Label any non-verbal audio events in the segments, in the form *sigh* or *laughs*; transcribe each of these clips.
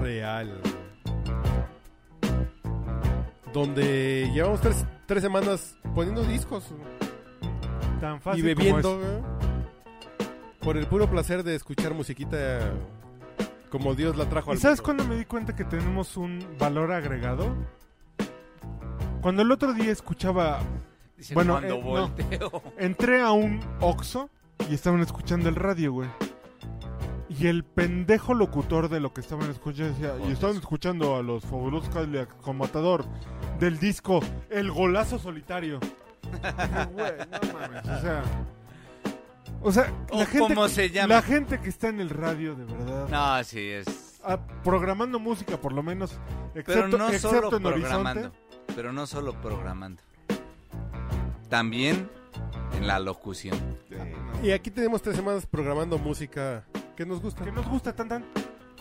Real. Donde llevamos tres, tres semanas poniendo discos Tan y fácil bebiendo. como es. ¿eh? Por el puro placer de escuchar musiquita como Dios la trajo al ¿Y sabes mundo. cuándo me di cuenta que tenemos un valor agregado? Cuando el otro día escuchaba, Dicen, Bueno, cuando eh, no. volteo. entré a un Oxxo y estaban escuchando el radio, güey. Y el pendejo locutor de lo que estaban escuchando decía, y estaban escuchando a los fabulosos Cadillacs con Matador del disco El Golazo Solitario. Dije, Güey, no mames, o sea... O sea, O la gente, ¿cómo que- se llama? la gente que está en el radio, de verdad. No, sí, es. a- programando música por lo menos Pero excepto, no solo excepto en programando. Horizonte Pero no solo programando. También en la locución. Y aquí tenemos tres semanas programando música que nos gusta. que nos gusta tan tan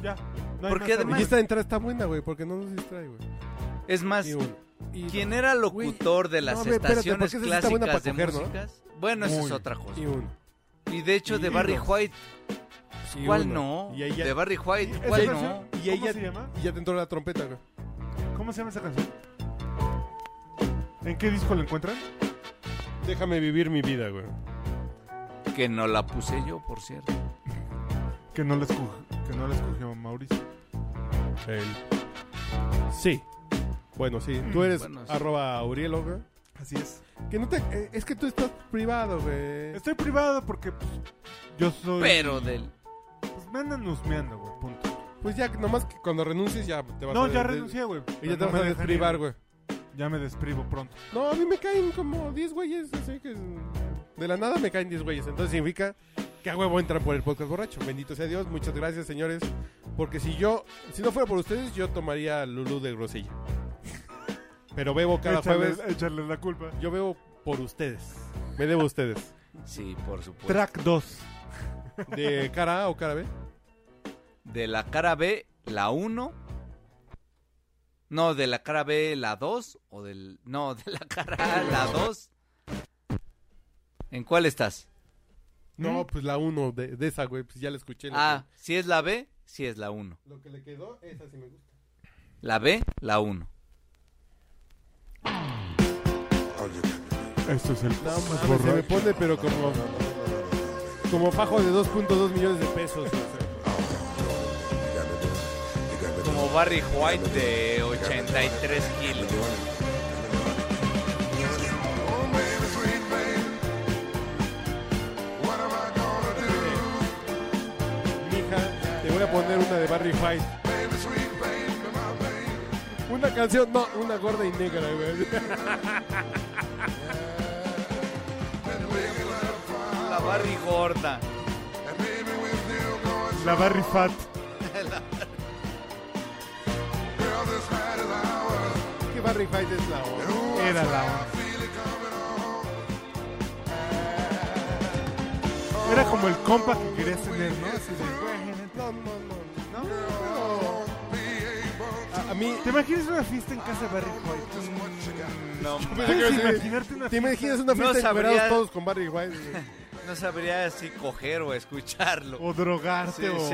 ya no hay Porque más además- Y argumento. esta entrada está buena, güey, porque no nos distrae, güey. Es más, Y uno. Y quien era locutor de las no, a ver, espérate, estaciones porque esa sí está buena clásicas de para coger, ¿no? músicas? Bueno, eso Muy. es otra cosa. Y uno. Y de hecho, Y de Barry dos. White, Y ¿cuál uno. no? Y ahí ya, De Barry White, Esa ¿cuál canción, no? y ahí ¿Cómo ya- se llama? y ya te entró la trompeta, güey. ¿Cómo se llama esa canción? ¿En qué disco la encuentran? Déjame vivir mi vida, güey. Que no la puse yo, por cierto. Que no la escogió, que no la escogió Mauricio. El- Sí. Bueno, sí. Tú eres Mm, bueno, sí. arroba Aurielo, güey. Así es. Que no te... eh, es que tú estás privado, güey. Estoy privado porque pues, yo soy Pero del. pues, me andan husmeando, güey, punto. Pues ya, nomás que cuando renuncies ya te vas a... No, ya de- renuncié, güey. Y Pero ya te no vas me a dejan ir, desprivar, güey. Ya me desprivo pronto. No, a mí me caen como 10 güeyes, así que... De la nada me caen 10 güeyes. Entonces significa que a huevo entran por el podcast borracho. Bendito sea Dios, muchas gracias, señores. Porque si yo... Si no fuera por ustedes, yo tomaría Lulú de grosella. Pero bebo cada Échales, jueves... échales la culpa. Yo bebo por ustedes. Me debo a ustedes. Sí, por supuesto. Track 2. ¿De cara A o cara B? De la cara B, la 1. No, de la cara B, la 2. O del. No, de la cara A, la 2. ¿En cuál estás? No, pues la 1 de, de esa, güey. Pues ya la escuché. lo Ah, si es la B, si es la 1. que- Lo que le quedó, esa sí me gusta. La B, la 1. Esto es el No, Pues podcast mames, Ah, se Ah, borracho. me pone, pero como... Como fajo de 2.2 millones de pesos. o sea. Como Barry White de 83 kilos. Mija, te voy a poner una de Barry White. Una canción, no, una gorda y negra, güey. *laughs* La Barry gorda. La Barry Fat. Que Barry White es la otra. Era la onda. Era como el compa que querías tener, ¿no? Así de, No, no, no. ¿no? A, a mí... ¿Te imaginas una fiesta en casa de Barry White? No, ¿Puedes imaginarte una ¿Te imaginas fiesta? una No fiesta de sabría- encuerados todos con Barry White? *laughs* güey? no sabría si coger o escucharlo. O drogarte Sí, o sí.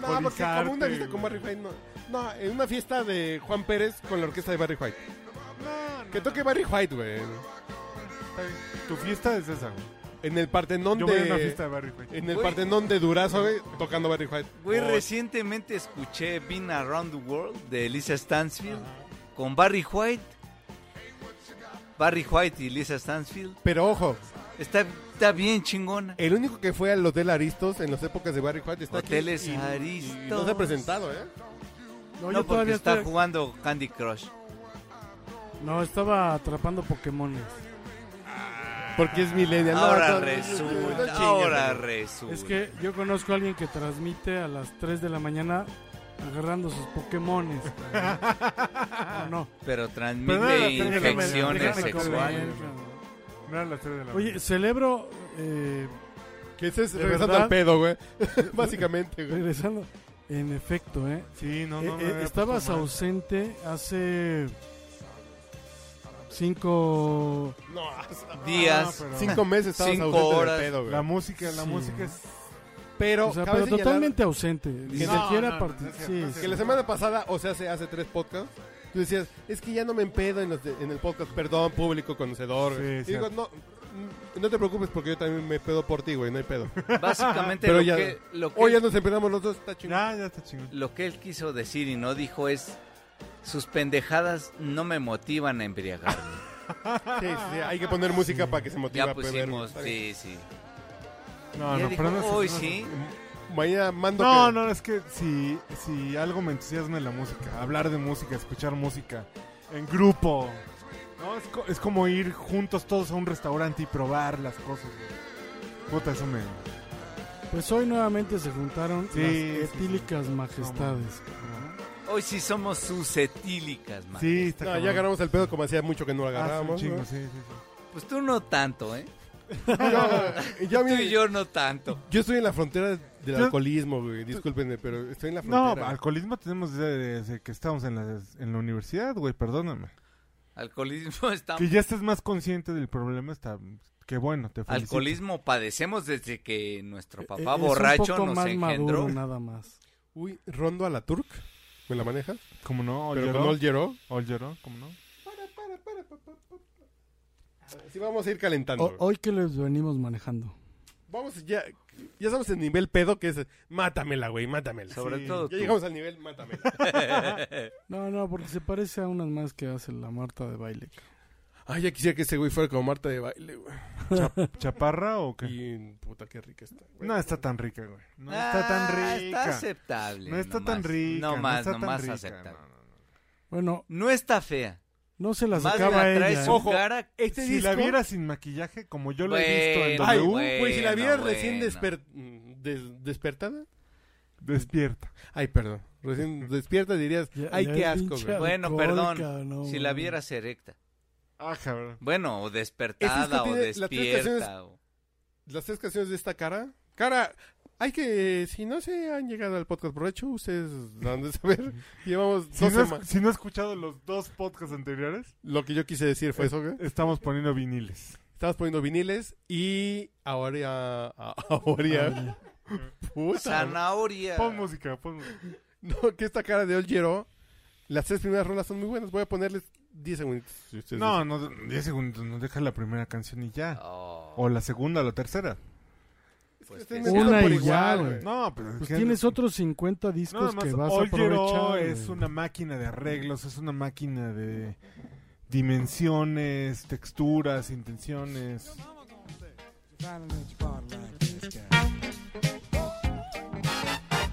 No, porque alcoholizarte. como una fiesta con Barry White, no. No, en una fiesta de Juan Pérez con la orquesta de Barry White. No, no, Que toque Barry White, güey. está bien. Tu fiesta es esa, güey. En el Partenón Yo voy a una fiesta de... de Barry White. En el Güey. Partenón de Durazo, güey, tocando Barry White. Güey, Oh, recientemente escuché Been Around the World de Lisa Stansfield con Barry White. Barry White y Lisa Stansfield. Pero ojo, Está, está bien chingona. el único que fue al Hotel Aristos en las épocas de Barry White está aquí Hoteles y- Aristos. y no se ha presentado, ¿eh? No, No, yo porque todavía está estoy- jugando Candy Crush. No, estaba atrapando Pokémones. Porque es millennial. No, Ahora no, no, no, no, resulta, chingues, ahora güey. resulta. Es que yo conozco a alguien que transmite a las 3 de la mañana agarrando sus Pokémones. cabrón. *laughs* No, no. Pero transmite Pero no era la serie de la infecciones mañana, déjame sexuales. No era las tres de la Oye, mañana. celebro, eh, Que ese es ¿De regresando verdad? al pedo, güey. Básicamente, güey. regresando, en efecto, ¿eh? Sí, no, Eh, no. me eh, había estabas puesto mal. ausente hace cinco... No, hasta Ah, Días. pero- cinco meses estabas Cinco ausente del horas. pedo, güey. La música, la Sí. música es. Pero, o sea, cabe pero señalar totalmente ausente. Ni No, siquiera no, no, parti- no es cierto, sí, no es sí. Que la semana pasada, o sea, hace, hace tres podcasts, tú decías, es que ya no me empedo en, los de- en el podcast, perdón, público conocedor. Sí, güey. y sí. digo, no, mm, no te preocupes porque yo también me pedo por ti, güey, no hay pedo. Básicamente Pero lo, ya- que, lo, que, Hoy ya nos empedamos los dos, está chingón. Ya, ya está chingón. lo que él quiso decir y no dijo es... Sus pendejadas no me motivan a embriagarme. Sí, sí, sí, hay que poner música para que se motive ya a beber. güey. pusimos, Está bien. sí, sí. No, Ya no, dijo, pero no es- "Hoy no es- sí. Mañana mando No, que- no, es que si, si algo me entusiasma en la música, hablar de música, escuchar música, en grupo. No, es, co- es como ir juntos todos a un restaurante y probar las cosas. güey. Puta, eso me... Pues hoy nuevamente se juntaron Sí, las sí, sí. etílicas majestades. Hoy sí somos susceptílicas, man. Sí, está No, cabrón. ya ganamos el pedo como hacía mucho que no lo Ah, sí, un agarrábamos. chingo, ¿no? sí, sí, sí. Pues tú no tanto, ¿eh? *laughs* No, ya, Tú mira, y yo... yo no tanto. estoy en la frontera del Yo- alcoholismo, güey. Discúlpenme, pero estoy en la No, frontera. alcoholismo tenemos desde, desde que estábamos en la, en la universidad, güey, perdóname. Alcoholismo *laughs* está... Que ya estés más consciente del problema está... Qué bueno, te felicito. Alcoholismo padecemos desde que nuestro Eh, papá es un borracho poco nos más engendró. maduro nada más. Uy, rondo a la Turk. ¿Me la maneja? ¿Cómo no? ¿All Pero Year con Round? All Gero. All Year Round, ¿Cómo no? Sí, vamos a ir calentando. O- hoy que les venimos manejando. Vamos, ya, ya estamos en nivel pedo, que es mátamela, güey, mátamela. Sobre Sí. todo Ya tú. llegamos al nivel mátamela. No, no, porque se parece a unas más que hace la Marta de baile. *laughs* Ay, ya quisiera que ese güey fuera como Marta de baile, güey. Cha- ¿Chaparra o qué? Y puta, qué rica está. güey. No está tan rica, güey. No Ah, está tan rica. Está aceptable. no está tan nomás. rica. No más, está no tan más rica, aceptable. no, no, no. Bueno, No está fea. no se las Más bien acaba atrae ella. su ¿eh? Ojo, cara. Este Si la viera sin maquillaje, como yo lo he visto en Bueno, Ay, W, güey, si la viera bueno, recién bueno. desper- mm, des- despertada. despierta. Ay, perdón. *laughs* Recién despierta dirías, Ya- ay, ya qué es asco, pinche güey. Bueno, alcohólica, perdón, no, si la güey. vieras erecta. Ah, cabrón. Bueno, o despertada o tiene las tres canciones- despierta. o- Las tres canciones de esta cara. Cara, hay que, si no se han llegado al podcast borracho, ustedes dan de saber. Llevamos Si dos no, semanas. has- si no he escuchado los dos podcasts anteriores, Lo que yo quise decir fue eso, güey. estamos poniendo viniles. Estamos poniendo viniles y ahora ya... Ahora ya... Ah, *laughs* Puta. Zanahoria. Pon música, pon música. No, que esta cara de Olgero, las tres primeras rolas son muy buenas. Voy a ponerles 10 segunditos. si ustedes No, no, 10 segundos, nos deja la primera canción y ya. Oh, O la segunda, la tercera. pues Estoy que mezclando Una Este, por y igual, ya, güey. güey. No, pero Pues tienes otros 50 No, discos además, que vas a All Year Round aprovechar. es güey. una máquina de arreglos, es una máquina de dimensiones, texturas, intenciones.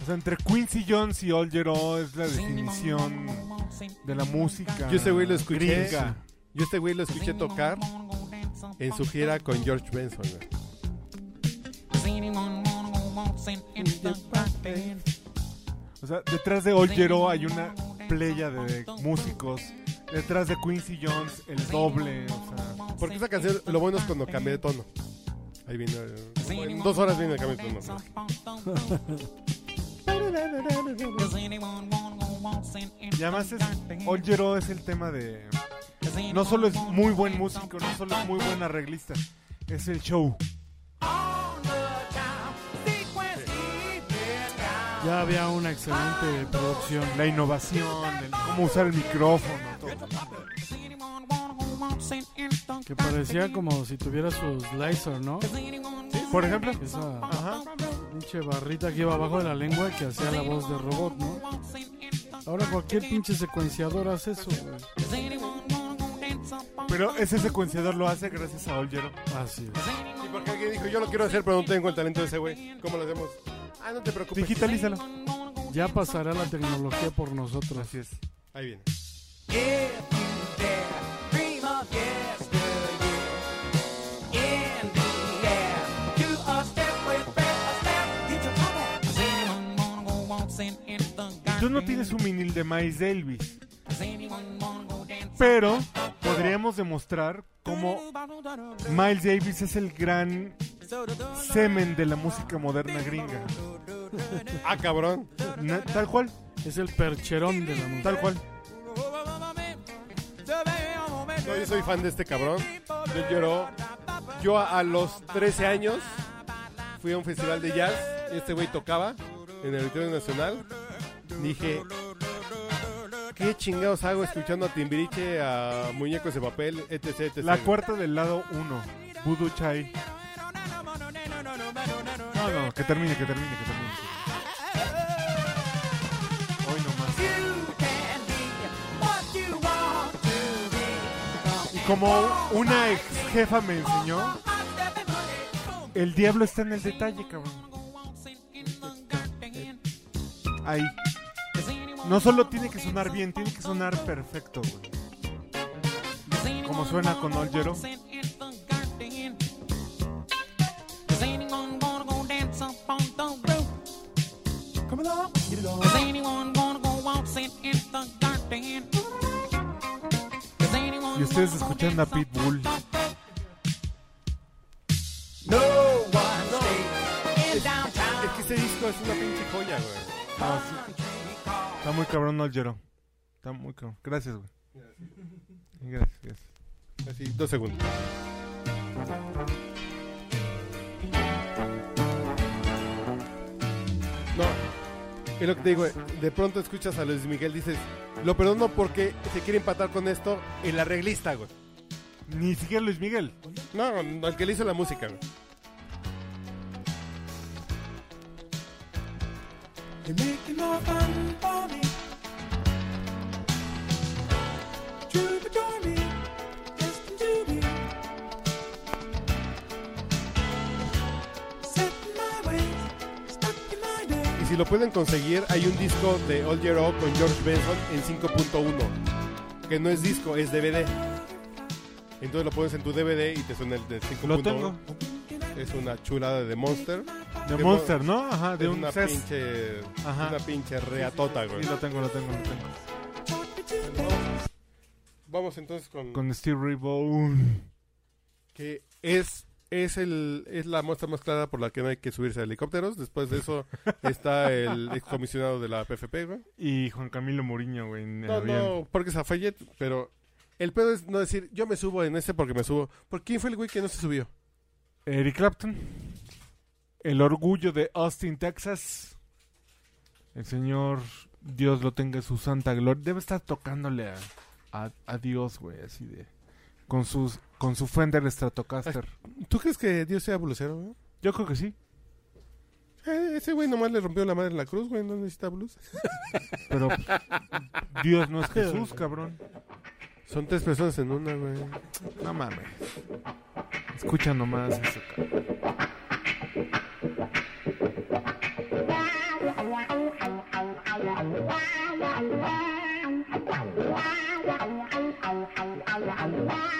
O sea, entre Quincy Jones y All Year Round es la definición de la música. Yo ese güey lo escuché. gringa. Yo este güey lo escuché tocar en su gira con George Benson. güey. O sea, detrás de All Year Round hay una playa de músicos. Detrás de Quincy Jones el doble, o sea, Porque esa canción, lo bueno es cuando cambié de tono. Ahí viene. eh, como En dos horas viene el cambio de tono. güey. *laughs* y además es, All Year Round es el tema de no solo es muy buen músico, no solo es muy buen arreglista, es el show. Ya había una excelente producción. La innovación, el cómo usar el micrófono, todo. Que parecía como si tuviera su slicer, ¿no? Por ejemplo, Esa ajá. pinche barrita que iba abajo de la lengua que hacía la voz de robot, ¿no? Ahora cualquier pinche secuenciador hace eso, güey. Pero ese secuenciador lo hace gracias a All Year. Así Y porque alguien dijo, yo lo quiero hacer, pero no tengo el talento de ese güey. ¿Cómo lo hacemos? Ah, no te preocupes. Digitalízalo. es. Ya pasará la tecnología por nosotros. Así es. Ahí viene. Get your come on. Does anyone wanna go waltzing in the garden? tú no tienes un vinil de Miles Elvis. Pero podríamos demostrar cómo Miles Davis es el gran semen de la música moderna gringa. Ah, cabrón. Na- tal cual, Es el percherón de la música. tal cual. No, yo soy fan de este cabrón. Yo lloró. Yo a, a los 13 años fui a un festival de jazz. Este güey tocaba en el Auditorio Nacional. Dije, ¿qué chingados hago escuchando a Timbiriche, a Muñecos de Papel, etc, etc? La cuarta del lado 1, Voodoo Chai. No, no, que termine, que termine, que termine. Hoy nomás. Y como una ex jefa me enseñó, el diablo está en el detalle, cabrón. Ahí. No solo tiene que sonar bien, tiene que sonar perfecto, güey. Como suena con Olgero. Y ustedes escuchando a Pitbull. Es que este disco es una pinche joya, güey. Ah, sí. Está muy cabrón Olgero. Está muy cabrón. Gracias, güey. Gracias, gracias. Así, dos segundos. No, es lo que te digo, de pronto escuchas a Luis Miguel, dices, lo perdono porque se quiere empatar con esto el arreglista, güey. Ni siquiera Luis Miguel. No, no, el que le hizo la música, güey. Y si lo pueden conseguir, hay un disco de Old Year Old con George Benson en 5.1. Que no es disco, es DVD. Entonces lo pones en tu DVD y te suena el de 5.1. Lo tengo. Es una chulada de Monster. De De Monster, ¿no? Ajá, De de un una CES. pinche. Ajá. Una pinche reatota, güey. Sí, lo tengo, lo tengo, lo tengo. Vamos entonces con. Con Steve Ribone. Que es. Es, el, es la muestra más clara por la que no hay que subirse a helicópteros. Después de *laughs* eso está el excomisionado de la PFP, güey. Y Juan Camilo Mourinho, güey. en el No, avión. no, porque es Lafayette, pero el pedo es no decir, yo me subo en este porque me subo. ¿Por quién fue el güey que no se subió? Eric Clapton. El orgullo de Austin, Texas. El señor, Dios lo tenga en su santa gloria. Debe estar tocándole a, a- a Dios, güey, así de. Con, sus, con su Fender Stratocaster. *laughs* ¿Tú crees que Dios sea blusero, güey? Yo creo que sí. Eh, ese güey nomás le rompió la madre en la cruz, güey, no necesita blues. Pero pues, Dios no es Jesús, cabrón. Son tres personas en una, güey. No mames. Escucha nomás eso, cabrón.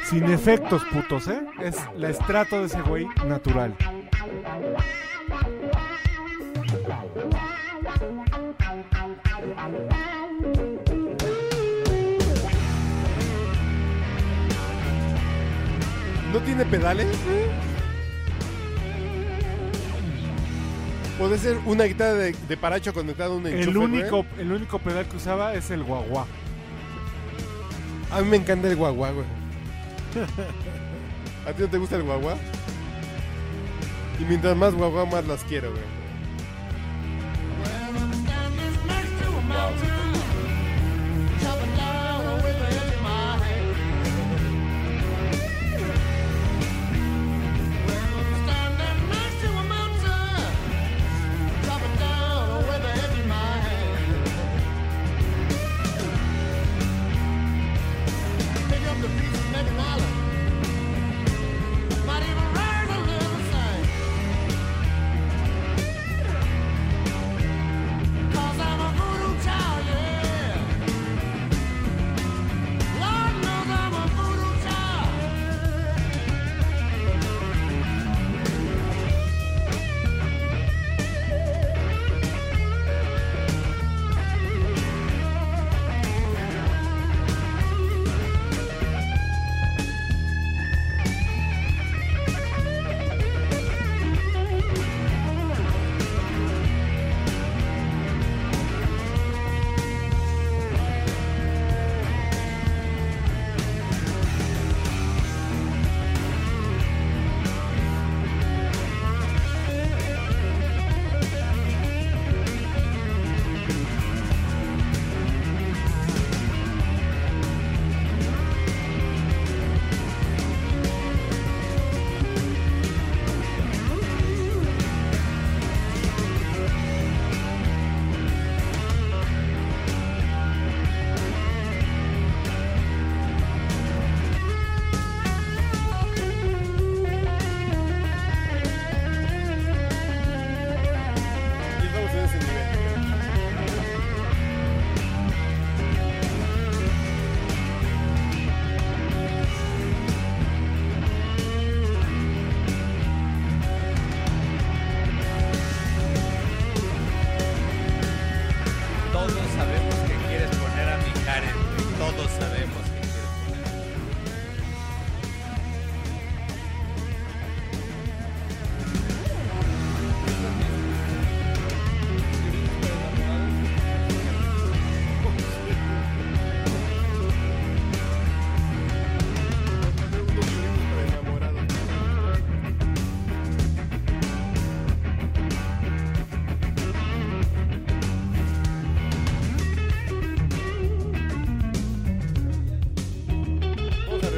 Sin efectos, putos, ¿eh? Es la estrato de ese güey natural. ¿No tiene pedales? güey? Puede ser una guitarra de, de paracho conectada a un enchufe, El güey. único, el único pedal que usaba es el guaguá. A mí me encanta el guagua, *laughs* güey. ¿A ti no te gusta el guagua? Y mientras más guagua, más las quiero, güey.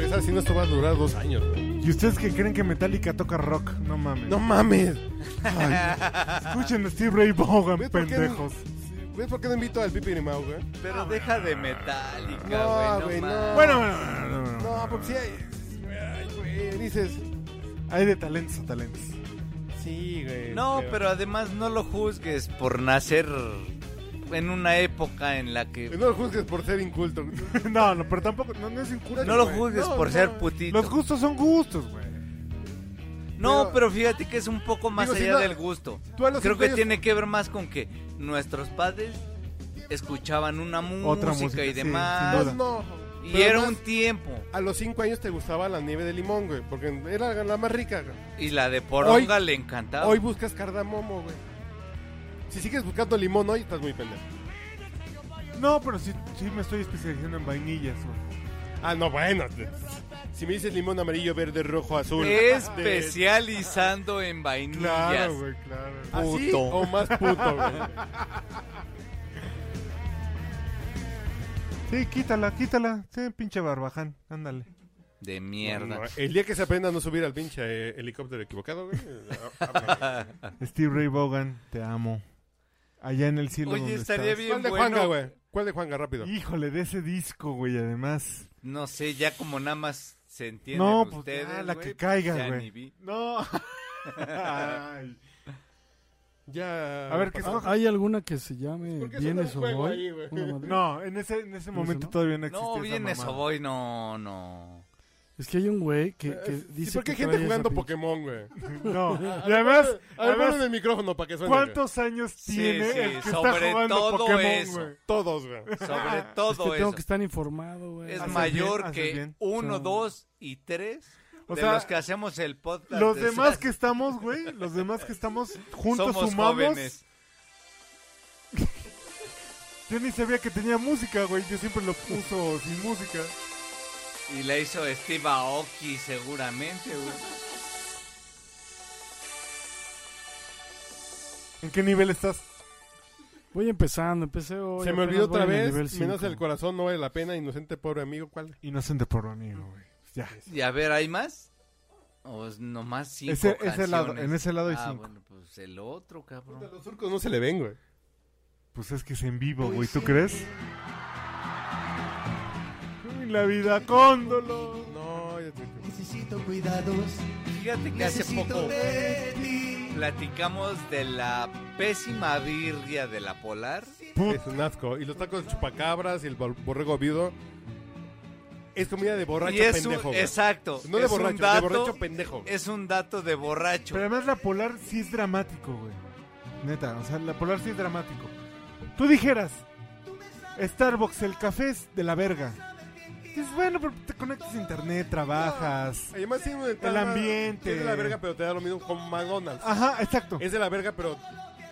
estar haciendo esto va a durar dos años. güey. ¿Y ustedes que creen que Metallica toca rock? No mames. No mames. Ay, escuchen a Steve Ray Vaughan, ¿Ves por qué no- pendejos. ¿Ves por qué no invito al Pipi Animal, güey? Pero deja de metálica, güey. No, No, güey, no. mames. Bueno, bueno, bueno, bueno, bueno. No, porque si hay. Ay, güey, dices. Hay de talentos a talentos. *laughs* Sí, güey. No, pero además no lo juzgues por nacer en una época en la que... No lo juzgues por ser inculto. No, no, pero tampoco, no, no es inculto. No lo güey. juzgues no, por no. ser putito. Los gustos son gustos, güey. No, Pero- pero fíjate que es un poco más Digo, si allá no- del gusto. Tú a los Creo cinco que años- tiene que ver más con que nuestros padres escuchaban una Otra música, música y sí, demás. sin No, no. y Pero era además, un tiempo. A los 5 años te gustaba la nieve de limón, güey. Porque era la más rica, güey. Y la de poronga le encantaba. Hoy buscas cardamomo, güey. Si sigues buscando limón hoy, estás muy pendejo. No, pero sí, sí me estoy especializando en vainillas, güey. Ah, no, bueno. te- Si me dices limón amarillo, verde, rojo, azul. De- Especializando en vainillas. Claro, güey, claro. ¿Así puto. ¿Ah, o más puto, güey. Sí, quítala, quítala. Sí, pinche barbaján, ándale. de *laughs* mierda. No, el día que se aprenda a no subir al pinche eh, helicóptero equivocado, *laughs* güey. ah, ah, Steve Ray Vaughan, te amo. Allá en el cielo Oye, donde estaría estás. güey. bien ¿Cuál de bueno. Juanga, güey? ¿Cuál de Juanga? Rápido. Híjole, de ese disco, güey, además. No sé, ya como nada más se entienden No, pues, ustedes. ya, la güey, que caiga, ya güey. ni vi. No. *laughs* Ay. Ya. Ah, A ver, ¿qué pasó. escoja? ¿Hay alguna que se llame ¿Por qué Vienes o suena un juego Voy? ahí, güey? Una madre. No, en ese, en ese momento no? todavía no existe No, esa viene mamada. eso, voy, no, no. Es que hay un güey que, que Eh, dice ¿Y por qué hay que gente trae esa jugando pinche- Pokémon, güey? No, A y ver, además, ponle- A ver, además ponle el micrófono para que suene. güey. ¿cuántos años Sí, tiene sí, el que está sobre jugando todo Pokémon, eso. güey? Todos, güey. Sobre Es que todo tengo eso. que estar informado, güey. Es Ah. Haces bien, mayor haces que bien. uno, Sí. dos y tres O de sea, los que hacemos el podcast. *laughs* Los de demás Sa- que estamos, güey, los demás que estamos juntos somos sumamos. jóvenes. Yo ni sabía que tenía música, güey. Yo siempre lo puso sin música. Y la hizo Steve Aoki seguramente, güey. ¿En qué nivel estás? Voy empezando, empecé hoy. Se me apenas olvidó voy otra en el vez. nivel Menos cinco. el corazón no vale la pena. Inocente pobre amigo, ¿cuál? Inocente por lo amigo, güey. Ya. Y a ver, ¿hay más? ¿O es nomás cinco Ese- ese lado- canciones? en ese lado hay ah, cinco. bueno, pues el otro, cabrón. Los surcos no se le ven, güey. Pues es que es en vivo, güey. ¿Tú crees? Uy, la vida cóndolo. No, ya te... Necesito cuidados. Fíjate que hace Necesito poco de ti. platicamos de la pésima birria de la Polar. Es un asco. Y los tacos de chupacabras y el bor- borrego viudo. Es comida de borracho y es pendejo. un, güey. exacto, No de es borracho, un dato, de borracho pendejo. güey. es un dato de borracho. Pero además la polar sí es dramático, güey. Neta, o sea, la polar sí es dramático. Tú dijeras, Starbucks, el café es de la verga. Dices, bueno, pero te conectas a internet, trabajas. Además tiene un El ambiente. Es de la verga, pero te da lo mismo con McDonald's. Ajá, exacto. Es de la verga, pero...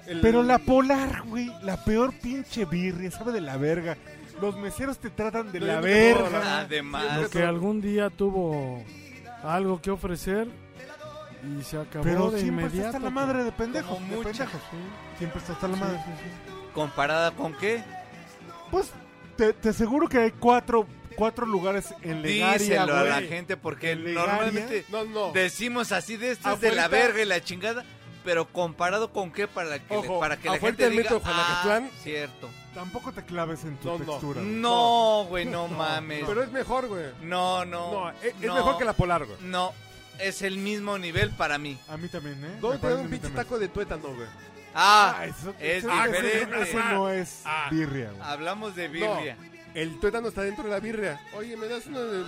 el- Pero la polar, güey, la peor pinche birria, sabe de la verga. Los meseros te tratan de No, la yo no te puedo verga. hablar. Además, Lo que algún día tuvo algo que ofrecer y se acabó Pero de siempre está inmediato. hasta la madre de pendejos, Como de muchas. pendejos. Siempre está hasta la madre. comparada con qué? Pues te, te aseguro que hay cuatro, cuatro lugares en Legaria, Díselo a la güey. gente porque Legaria. normalmente No, no. decimos así de esto es de Afuera- la verga y la chingada, pero comparado con qué para que Ojo, le- para que la afuera gente del diga metro ah, Juanacatlán". cierto. Tampoco te claves en tu No, no. textura. Mm. güey. No, güey, no, mames. Pero es mejor, güey. no, No, e- no. es, es no, mejor que la polar, güey. No, es el mismo nivel para mí. A mí también, ¿eh? Me ¿Dónde te parece dan a un mí pinche también. taco de tuétano, güey? Ah, Ah, eso, es eso- eso- diferente. Eso no es Ah. birria, güey. hablamos de birria. El tuétano está dentro de la birria. Oye, me das una de...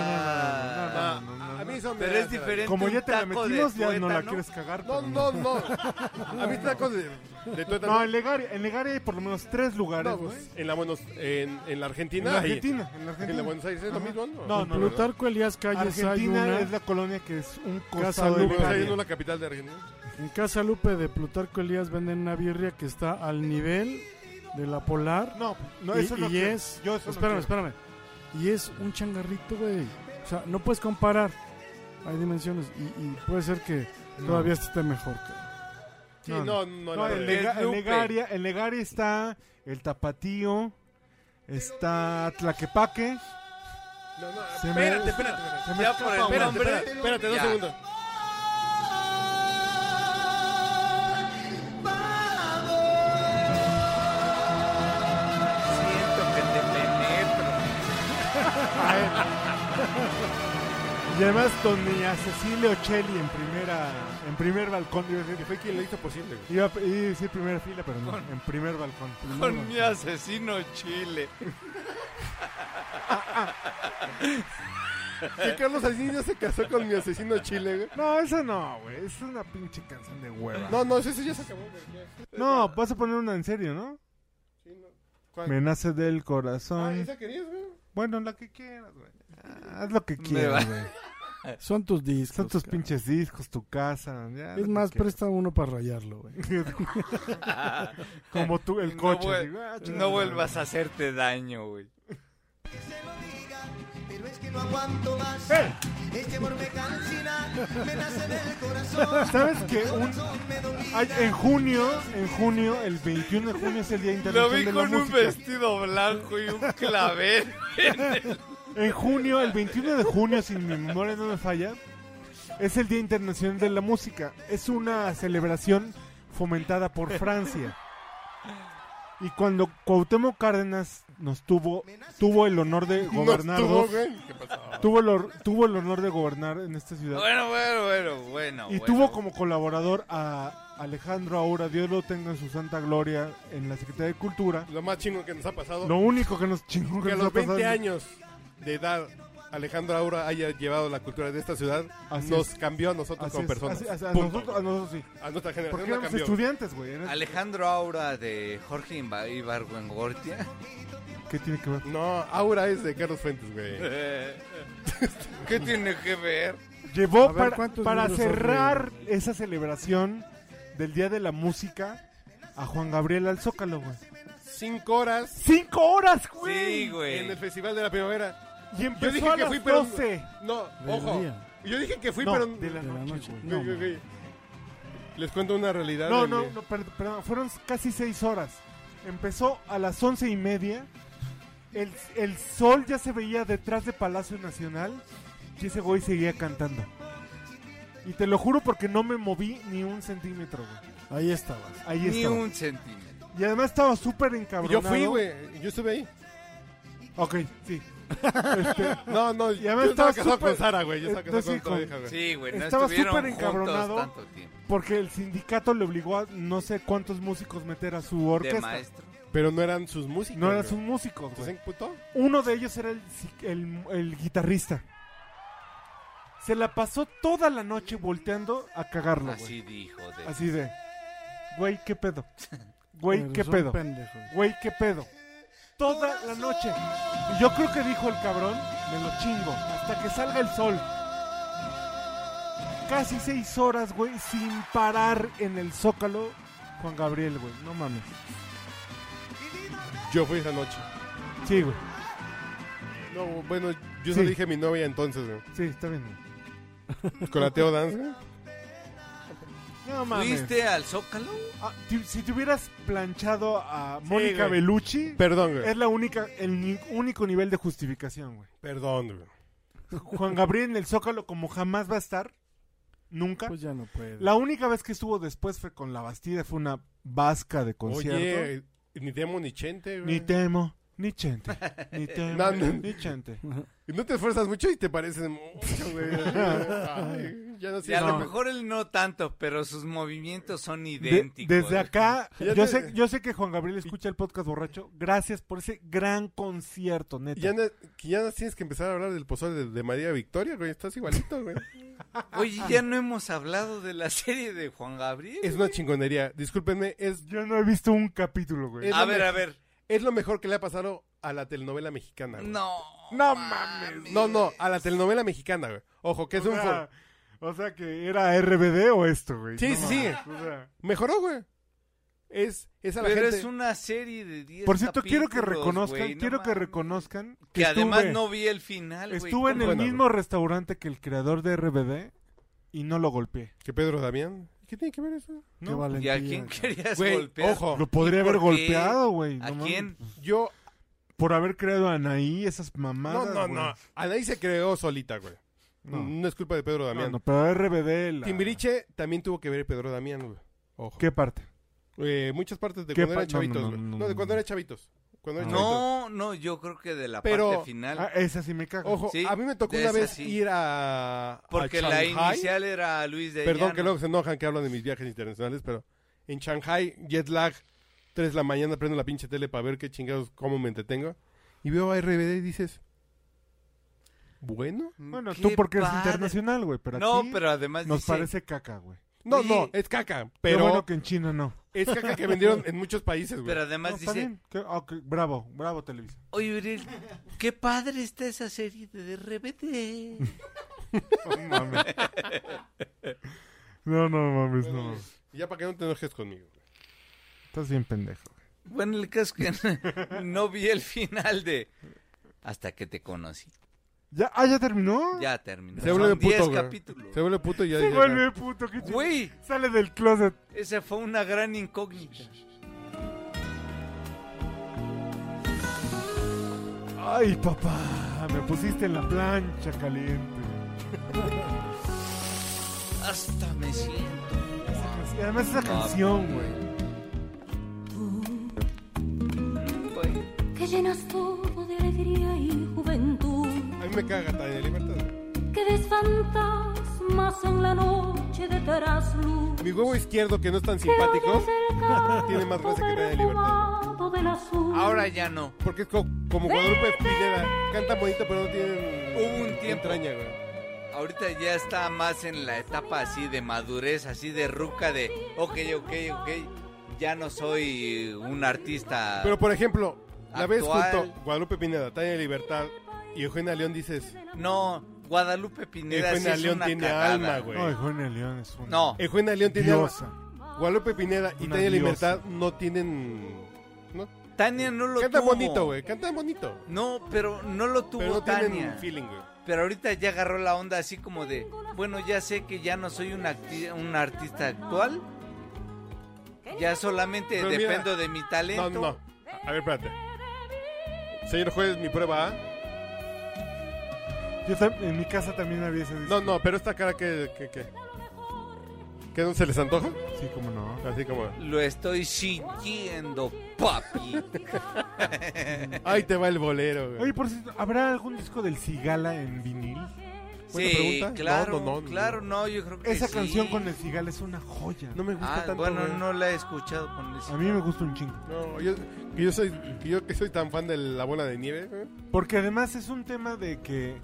no, no, no, no, no, no. Ah, a- a mí eso me Pero da- es diferente. Como ya un te la taco de metimos, ya no la tuétano. quieres cagar. No, pero no, no. A mí tacos de, de tuétano. No, en Legaria, en Legaria hay por lo menos tres lugares, No, güey. pues, en la Buenos en, en la Argentina. en la hay- Argentina, en la En la Argentina. Buenos Aires es lo Ajá. mismo, ¿no? No, En Plutarco Elías Calles Argentina hay una. es la colonia que es un Casa costado de Lupe. Buenos Aires Legaria. no es la capital de Argentina. En Casa Lupe de Plutarco Elías venden una birria que está al nivel de la polar. No, no, y, eso no y quiero. es. Yo eso no quiero. espérame, espérame. Y es un changarrito, güey. O sea, no puedes comparar. Hay dimensiones. Y, y puede ser que No. todavía este esté mejor. cabrón. Sí, No, no, no. no. No, la en, de- Lega- Lega- en Lupe. Legaria, en Legaria está el Tapatío, está Tlaquepaque, No, no, Se me- espérate, espérate, espérate. Se me Ya escapa, por güey. el Espérate, nombre. espérate, espérate, dos Ya. segundos. Siento que te penetro. Y además con mi a Cecilia Ocelli en primera en primer balcón iba a Que decir, fue quien lo hizo posible, güey. iba a- iba a decir primera fila, pero no, en primer balcón. Con mi asesino chile. Que Carlos Salinas se casó con mi asesino chile, güey. No, eso no, güey, es una pinche canción de hueva. Ah. No, No, no, eso ya se acabó, güey. ya. vas a poner una en serio, ¿no? Sí, no. ¿Cuál? Me nace del Ah, corazón. ¿esa querías, güey? Bueno, la que quieras, güey. Ah, Haz lo que va. quieras, güey. Son tus discos. Son tus cabrón. pinches discos, tu casa. ya, lo Es que más, quieras. presta uno para rayarlo, *laughs* güey. Como tú, el *laughs* No coche. vuel- digo, ah, chingada No madre. vuelvas a hacerte daño, güey. Que se lo diga, pero es que no aguanto más. Este amor me cansina, me nace del corazón. ¿Sabes que un, Corazón me domina. Ay, en junio, en junio, el 21 de junio es el Día Lo Internacional vi de la con un Música. vestido blanco y un *laughs* clavel. En junio, el 21 de junio, si mi memoria no me falla, es el Día Internacional de la Música. Es una celebración fomentada por Francia. Y cuando Cuauhtémoc Cárdenas nos tuvo tuvo el honor de gobernar, No estuvo, dos- güey. ¿Qué pasó? tuvo el, hor- tuvo el honor de gobernar en esta ciudad. Bueno, bueno, bueno, Ah, bueno. Y bueno. tuvo como colaborador a Alejandro Aura, Dios lo tenga en su santa gloria, en la Secretaría de Cultura. Lo más chingo que nos ha pasado. Lo único que nos chingó que, que a nos los ha pasado 20 años de edad Alejandro Aura haya llevado la cultura de esta ciudad Así nos es. cambió a nosotros Así como es, personas. así- así- a, Punto. nosotros, a nosotros sí. A nuestra Porque generación la éramos cambió. estudiantes, güey. era- Alejandro Aura de Jorge Iba- Ibargüengortia. *laughs* ¿Qué tiene que ver? No, Aura es de Carlos Fuentes, güey. ¿Qué tiene que ver? Llevó A ver, para, ¿cuántos para números son, cerrar esa celebración del Día de la Música a Juan Gabriel al Zócalo, güey. Cinco horas ¡Cinco horas, güey! Sí, en el güey. Festival de la Primavera. Y Yo empezó dije a que las fui, pero... 12. No, Del ojo. día. Yo dije que fui, No, pero... de la De la noche, noche, güey. güey. Güey, güey, güey. Les cuento una realidad. No, de no, mi- no, per- perdón, fueron casi seis horas. Empezó a las once y media. El, el sol ya se veía detrás de Palacio Nacional y ese güey seguía cantando. Y te lo juro porque no me moví ni un centímetro, güey. Ahí estabas. Ahí Ni estaba. un centímetro. Y además estaba súper Y encabronado. Yo fui, güey. Yo estuve ahí. Ok, sí. No, no. *laughs* Y además yo estaba estaba casado con súper- eh, Sara, güey. Yo estaba casado Entonces, con tu con- hija, güey. Sí, güey. No Estaba estuvieron súper juntos encabronado. tanto tiempo. Porque el sindicato le obligó a no sé cuántos músicos meter a su De orquesta. maestro. Pero no eran sus músicos. No eran güey. sus músicos, ¿Entonces güey. en puto? Uno de ellos era el, el- el guitarrista. Se la pasó toda la noche volteando a cagarlo, güey. Así. Así dijo. de- de... Güey, ¿qué pedo? Güey, Eres ¿qué un pedo? pendejo. Güey, ¿qué pedo? Toda la noche. Y yo creo que dijo el cabrón, me lo chingo, hasta que salga el sol. Casi seis horas, güey, sin parar en el zócalo. Juan Gabriel, güey, no mames. Yo fui esa noche. Sí, güey, No, bueno, yo Sí. se lo dije a mi novia entonces, *laughs* güey. sí, está bien. güey. Con la Teo Dance, ¿Eh? güey. No mames. ¿Fuiste al Zócalo? Ah, ti- si te hubieras planchado a Mónica güey. Bellucci, Perdón, güey. es la única, el ni- único nivel de justificación, güey. Perdón, güey. Juan Gabriel en el Zócalo, como jamás va a estar, nunca. Pues ya no puede. la única vez que estuvo después fue con la Bastida, fue una vasca de concierto. Oye, ni Demo ni Chente, güey. Ni temo, ni chente, *laughs* ni temo, No, no. ni *laughs* chente. Y no te esfuerzas mucho y te pareces mucho, *laughs* güey. Ay, ya no Y sé. a No. lo mejor él no tanto, pero sus movimientos son De- idénticos. desde acá, eh. *laughs* Ya yo te- sé, yo sé que Juan Gabriel escucha el podcast borracho. Gracias por ese gran concierto, neta. Ya, no- que ya no tienes que empezar a hablar del pozole de, de María Victoria, güey. Estás igualito, güey. Oye, ya no hemos hablado de la serie de Juan Gabriel. Es una chingonería. Discúlpenme, es, Yo no he visto un capítulo, güey. es A lo ver, me- a ver. es lo mejor que le ha pasado a la telenovela mexicana, güey. No. No mames. No, no, a la telenovela mexicana, güey. Ojo, que es o, un... sea, for- o sea que era RBD o esto, güey. Sí, sí, sí. mames, o sea. Mejoró, güey. Es, es a la Pero gente... es una serie de 10 por cierto, quiero que capítulos, reconozcan, güey, no quiero que mames. reconozcan Que además estuve, no vi el final, güey. estuve en el Bueno, mismo restaurante que el creador de RBD y no lo golpeé. ¿Que Pedro Damián? ¿Qué tiene que ver eso? Qué No, valentía. ¿Y a quién querías Güey, golpear? ojo. Lo podría ¿Y por haber qué? golpeado, güey. ¿A no mames. quién? Yo por haber creado a Anaí, esas mamadas. no, no, güey. no. Anaí se creó solita, güey. No. No. Mm, es culpa de Pedro No, Damián. no, pero RBD. la- Timbiriche también tuvo que ver Pedro Damián, güey. Ojo. ¿Qué parte? Eh, muchas partes de ¿Qué cuando pa- eran no, no, chavitos, no, güey. No, no, de no. cuando eran chavitos. Cuando eran chavitos. No, no, yo creo que de la Pero- parte final. Ah, esa sí me cago. Ojo, Sí, a mí me tocó de una esa vez sí. ir a. a porque la Shanghai. inicial era Luis de Perdón que Llano. luego se enojan que hablan de mis viajes internacionales, pero en Shanghai, jet lag, 3 de la mañana, prendo la pinche tele para ver qué chingados, cómo me entretengo. Y veo a RBD y dices, bueno. Bueno, Mm, Qué tú porque eres padre. internacional, güey, pero No, aquí pero además nos dice, parece caca, güey. No, Sí. no, es caca, Pero pero bueno que en China no. es caca que *laughs* vendieron en muchos países, güey. pero además No, está dice, bien. Qué- ok, bravo, bravo Televisa. oye, Uriel, qué padre está esa serie de RBD. No mames. No, no mames, no. Ya para que no te enojes conmigo. güey. Estás bien pendejo. güey. *laughs* Bueno, el caso es que *laughs* no vi el final de Hasta que te conocí. Ya, ah, ya terminó. Ya terminó. Se vuelve Son puto, 10 güey. capítulos. Se vuelve puto y ya Se dice, vuelve puto, qué chingón. Güey, Sale del closet. esa fue una gran incógnita. Ay, papá, me pusiste en la plancha caliente. Hasta me siento. Y además esa canción, güey. güey. que llenas todo de alegría y juventud, "Ah, A mí me caga Tania Libertad. güey. que ves fantasmas en la noche de trasluz. Mi huevo izquierdo, que no es tan que simpático, oyes el canto tiene más gracia que Tania Libertad. perfumado del azul. Ahora ya no. Porque es co- como Guadalupe Pineda. Canta bonito, pero no tiene Hubo un tiempo. entraña, güey. Ahorita ya está más en la etapa así de madurez, así de ruca de, ok, ok, ok, ya no soy un artista. Pero por ejemplo, la vez Actual. junto Guadalupe Pineda, Tania Libertad y Eugenia León dices, No, Guadalupe Pineda sí Eugenia es León una tiene cagada. alma, güey. Ay, Juan León es una No, Eugenia León tiene diosa. Guadalupe Pineda y Una Tania diosa. Libertad no tienen no, Tania no lo cantan tuvo. bonito, güey, cantan bonito. No, pero no lo tuvo Pero no Tania. tienen feeling, güey. Pero ahorita ya agarró la onda así como de, bueno, ya sé que ya no soy un, acti- un artista actual. Ya solamente Pero mira, dependo de mi No, talento. no, no. A ver, espérate. Señor juez, mi prueba ¿ah? A. Yo tam- en mi casa también había ese disco. No, no, pero esta cara que que que ¿Que no se les antoja? Sí, cómo no. Así *laughs* como, Lo estoy sintiendo, *laughs* papi. ahí te va el bolero, güey. Oye, por cierto, ¿habrá algún disco del Cigala en vinil? Buena sí, pregunta. claro, No, no, no, claro, no, yo creo que Esa sí. canción con el Cigala es una joya. No me gusta Ah, tanto. bueno, güey. no la he escuchado con ese. A mí me gusta un chingo. No, yo, que yo soy, que yo que soy tan fan de la bola de nieve, eh, güey. Porque además es un tema de que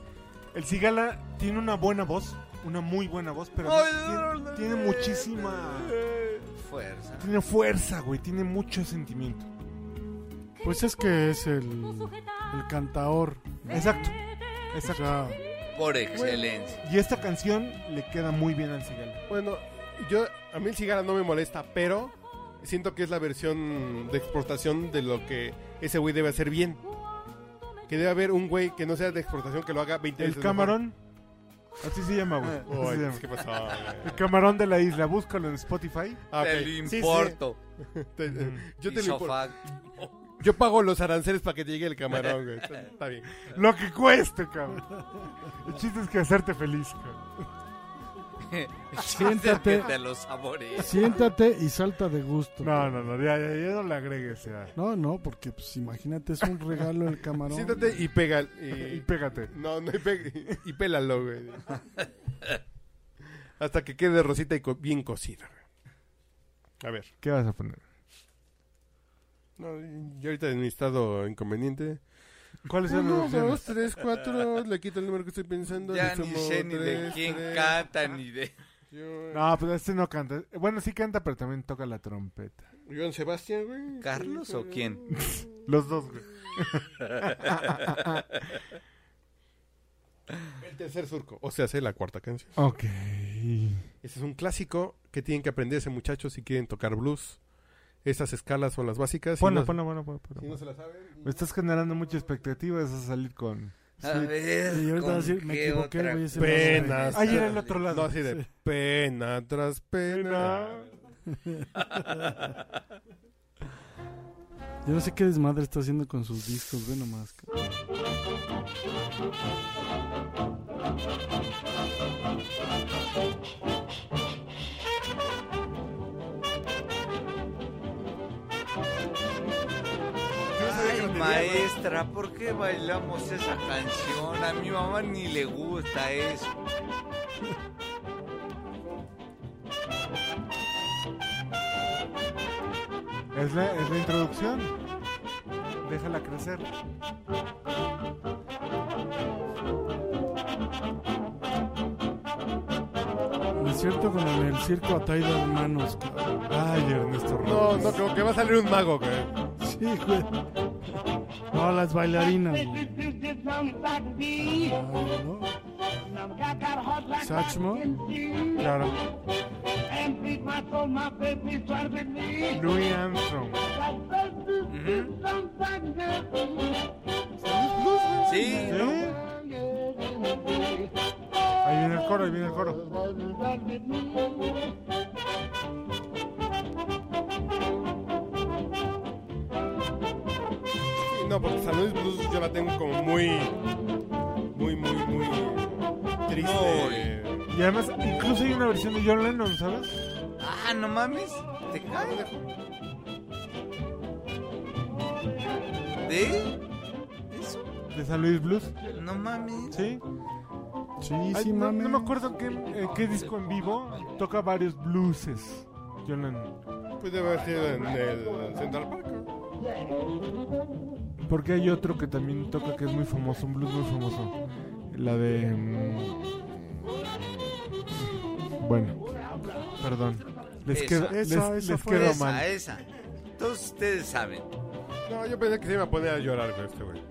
el Cigala tiene una buena voz, una muy buena voz, pero además tien- tiene, muchísima... Fuerza. Tiene fuerza, güey, tiene mucho sentimiento. Pues es que es el, el cantaor. Exacto. O sea, Por excelencia. Y esta canción le queda muy bien al Cigala. Bueno, yo a mí el cigarro no me molesta, pero siento que es la versión de exportación de lo que ese güey debe hacer bien. Que debe haber un güey que no sea de exportación que lo haga 20 El veces mejor. camarón. Así se llama, güey. Así se Ay, llama. ¿qué pasó? El camarón de la isla, búscalo en Spotify. Ah, ok. Te Sí, lo sí. importo. Te- eh, Yo te lo importo. Isofag. *laughs* Yo pago los aranceles para que te llegue el camarón, güey. Está, está bien. Lo que cueste, *laughs* cabrón. El chiste es que hacerte feliz, cabrón. Siéntate. Que te lo saborees. siéntate y salta de gusto. No, no, no, ya, ya, ya no le agregues, ya. No, no, porque pues imagínate, es un regalo el camarón. Siéntate y pega. *laughs* Y Y, pégate. no, no, y, pe- y pélalo, güey. Hasta que quede rosita y co- bien cocida. güey. A ver. ¿Qué vas a poner? No, yo ahorita en mi estado inconveniente. ¿Cuáles son Uno, las dos, opciones? tres, cuatro. Le quito el número que estoy pensando. Ya le ni sumo sé ni de tres, quién tres. canta, ni de... Yo- No, pues este no canta. Bueno, sí canta, pero también toca la trompeta. Joan Sebastián, güey. ¿Carlos o quién? Los dos, güey. El tercer surco. O sea, hace la cuarta canción. Ok. Ese es un clásico que tienen que aprenderse, muchachos, si quieren tocar blues. Esas escalas son las básicas. si Ponla, no- ponla, ponla, ponla, ponla. Si no se la saben. Me estás generando mucha expectativa, vas a salir con... A ver, Y ahorita ¿con decir, me qué equivoqué, otra? güey, ese no es el Penas. Ah, y era el otro No, lado. así de pena tras pena. Pena. Yo no sé qué desmadre está haciendo con sus discos, ve nomás. cabrón. Ay, maestra, ¿por qué bailamos esa canción? A mi mamá ni le gusta eso. Es la, es la introducción. Déjala crecer. No es cierto con el, del circo Ataida de Manos, cabrón. Ay, Ernesto No, Robles. no, creo que va a salir un mago, güey. Sí, güey. No, las bailarinas, güey. Ay, ¿no? Sachmo. Claro. Louis Armstrong. Sí, ¿Sí? Ahí viene el coro, ahí viene el coro. No, porque San Luis Blues yo la tengo como muy. Muy, muy, muy. Triste. Muy. Y además, incluso hay una versión de John Lennon, ¿sabes? Ah, no mames. ¿Te cae? ¿De? ¿Eso? De San Luis Blues. No mames. Sí. Sí, Ay, sí, no, mami. no me acuerdo qué, eh, qué disco en vivo toca varios blueses. John Lennon. Puede Pues haber sido en el Central Park. ¿no? Porque hay otro que también toca que es muy famoso, un blues muy famoso. La de. mm, Bueno, perdón. Les Esa. queda, les, Esa, esa les fue. queda esa, mal. esa. Todos ustedes saben. No, yo pensé que se iba a poner a llorar con este güey.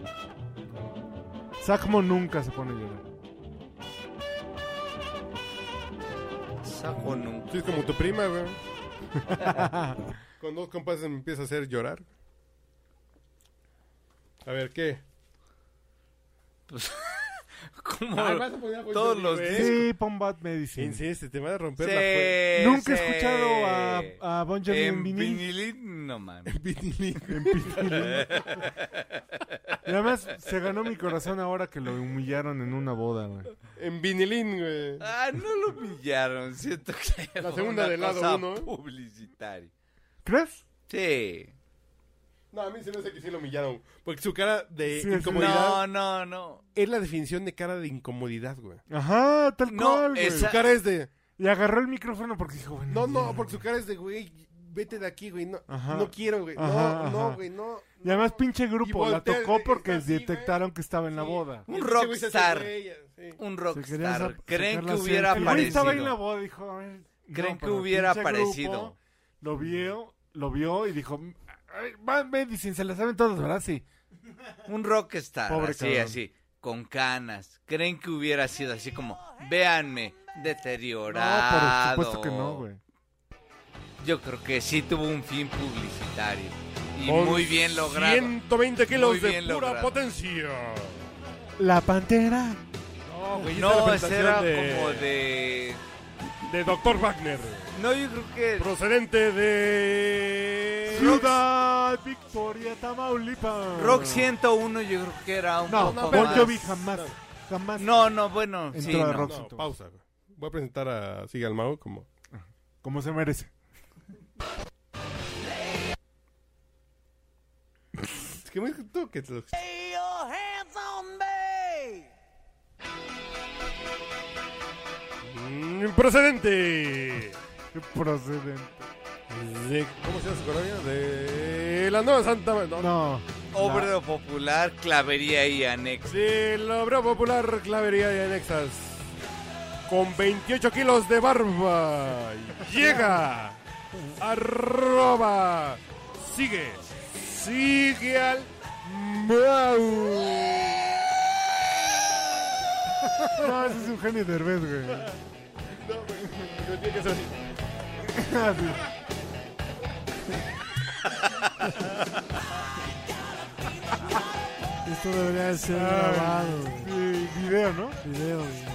Sacmo nunca se pone a llorar. Saco nunca. *laughs* Sí, es como tu prima, *laughs* güey. con dos compases me empieza a hacer llorar. A ver, ¿qué? Como Ah, Ay, vas a poner a Bon todos Jovi, los güey. discos. Sí, pon Bad Medicine. Insiste, te van a romper Sí, la fue- Nunca he sí. escuchado a- a Bon Jovi en vinil. vinilín, no mames. Y además se ganó mi corazón ahora que lo humillaron en una boda, güey. En vinilín, güey. Ah, no lo humillaron. Siento que La fue segunda una de lado cosa uno, ¿eh? publicitaria. ¿Crees? Sí. No, a mí se me hace que sí lo humillaron. Porque su cara de Sí, sí. incomodidad No, no, no. es la definición de cara de incomodidad, güey. Ajá, tal No, cual, güey. Su esa- cara es de... Y agarró el micrófono porque dijo, bueno. No, no, porque su cara es de, güey, vete de aquí, güey. No, Ajá. no quiero, güey. Ajá, no, no, ajá. güey, no. Y además pinche Y grupo la voltea, tocó güey, porque está así, detectaron que estaba en la boda. Y Un ese güey se hace rockstar. güey, así. Un quería rockstar. sa- ¿Creen sacar que la hubiera selfie. El güey estaba ahí en la aparecido? boda y dijo, a ver, no, ¿Creen que pero hubiera pinche aparecido? grupo Lo vio, lo vio y dijo, "Ay, Van Medicine, se la saben todos, ¿verdad? Sí. Un rockstar. Pobre así, cabrón. así. Con canas. ¿Creen que hubiera sido así como, véanme, deteriorado? No, por supuesto que no, güey. Yo creo que sí tuvo un fin publicitario. Y Con muy bien logrado. 120 kilos Muy de bien pura logrado. potencia. La pantera. No, güey, esa No, es la ese era presentación como de... De Dr. Wagner, No, yo creo que... procedente de... Ciudad Victoria, Tamaulipas. Rock 101 yo creo que era un No, poco Bon más- Jovi jamás. Jamás. No, no, bueno, sí, Entró a no. Rock. No, pausa. güey. Voy a presentar a Sigue al Mago como... Como se merece. Es que me tú que te lo- Mm, Procedente Procedente. de... ¿Cómo se llama su colonia? De la Nueva Santa... Ma- No, No. Obra popular, clavería y anexo. De la obra popular Clavería de Anexas. Con 28 kilos de barba. Llega. Arroba. Sigue. Sigue al Mau. No, ese es Eugenio *laughs* Derbez, güey. Tiene que ser así. *laughs* Esto debería de ser grabado, güey. Sí, video, ¿no? Video, güey.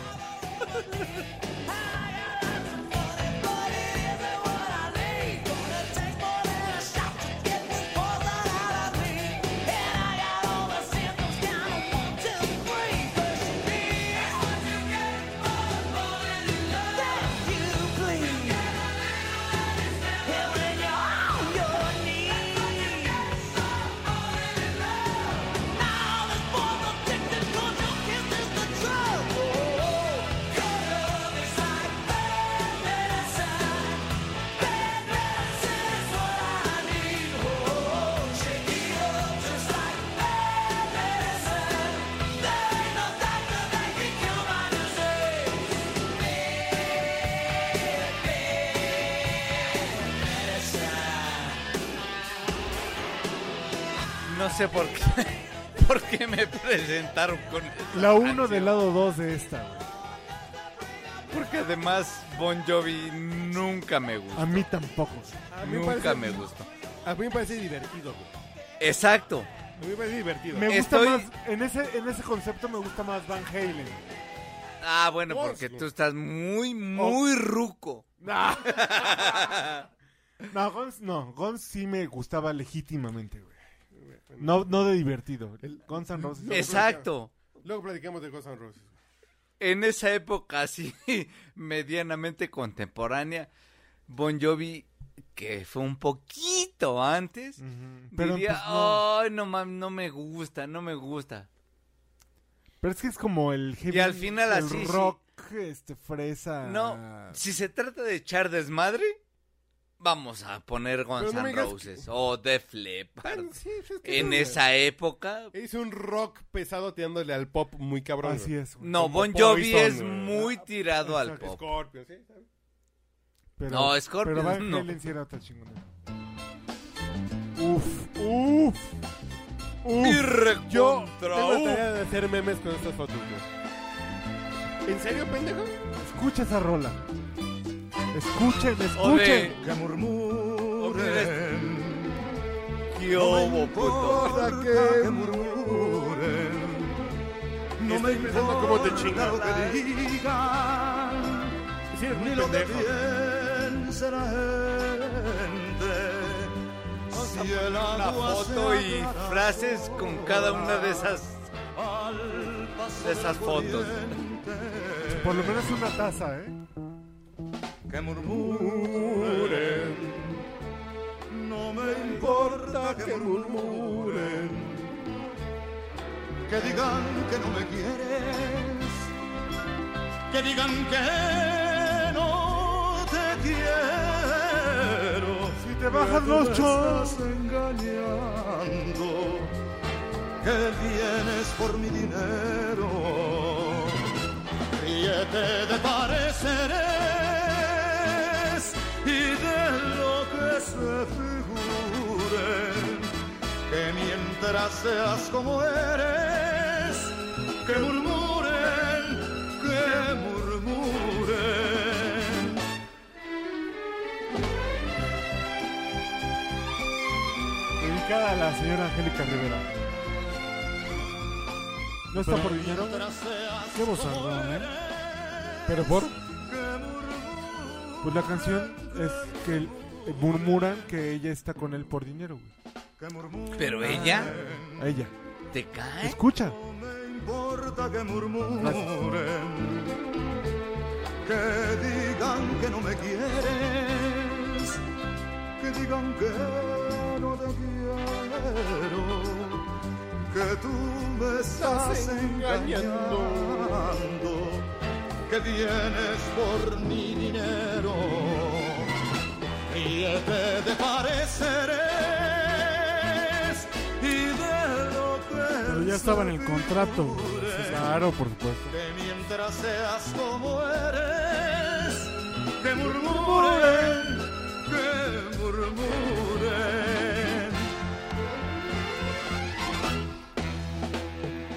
Take more than a shot to get me more than out of no sé por qué, *laughs* por qué me presentaron con esa La 1 canción. del lado 2 de esta, güey. Porque además Bon Jovi nunca me gustó. A mí tampoco. A mí, Nunca parece- me gustó. a mí me parece divertido, güey. Exacto. A mí me parece divertido. Me gusta Estoy- más. En ese, en ese concepto me gusta más Van Halen. Ah, bueno, Por porque su- tú estás muy, muy ruco. No, Guns, no, Guns sí me gustaba legítimamente, güey. No, no de divertido. Guns N' Roses. Exacto. Luego platicamos de Guns N' Roses. En esa época *laughs* así medianamente contemporánea, Bon Jovi, que fue un poquito antes, Mm. Ujú, Pero, diría, oh. pues, no. "Ay, no mames, no me gusta, no me gusta. Pero es que es como el heavy. Y al final el así, sí. rock, este, fresa. Ah. No, si se trata de echar desmadre, vamos a poner Guns Pero no me N' digas Roses o Def Leppard. Bueno, sí, Eh, pues es que En no, esa época, güey. Es un rock pesado tirándole al pop muy cabrón. Así güey. es, güey. no, Como Bon Jovi Poison, es güey. muy tirado al Exacto. pop. Scorpio, ¿sí? Pero, No, Scorpions, Pero Van no. Halen sí era otra chingona. Uf, uf. Y Uf. Yo recontra, tengo la uh, tarea de hacer memes con estas fotos, güey. ¿En serio, pendejo? Escucha esa rola. Escuchen, escuchen. o de- Que o murmure. de- ¿Qué hubo, puto? que murmuren. No me importa cómo te chingas. lo que digan, Sí, eres muy ni lo que pendejo. piense la gente. Si el La agua foto se y aclara frases con cada una de esas. al paso de esas del fotos. corriente, Por lo menos una taza, ¿eh? Que murmuren. No me importa que murmuren. Que digan que no me quieres. Que digan que no te quiero. Si te bajas los chos chos. estás engañando. Que vienes por mi dinero. Ríete de pareceres y de lo que se figure. Que mientras seas como eres, que murmuren, que murmuren. Dedicada a la señora Angélica Rivera. No está por dinero. Qué bozarrón, ¿eh? ¿Pero por? Pues la canción es que el- eh, murmuran que ella está con él por dinero, güey. Pero Ah. ella, A ella. ¿te cae? Escucha. *laughs* importa que murmuren, que digan que no me quieres, que digan que no te quiero, que tú me estás engañando. engañando, que vienes por mi dinero. Ríete de pareceres y de lo que Pero ya estaba en el contrato, güey. Claro, por supuesto. que mientras seas como eres, que murmuren, que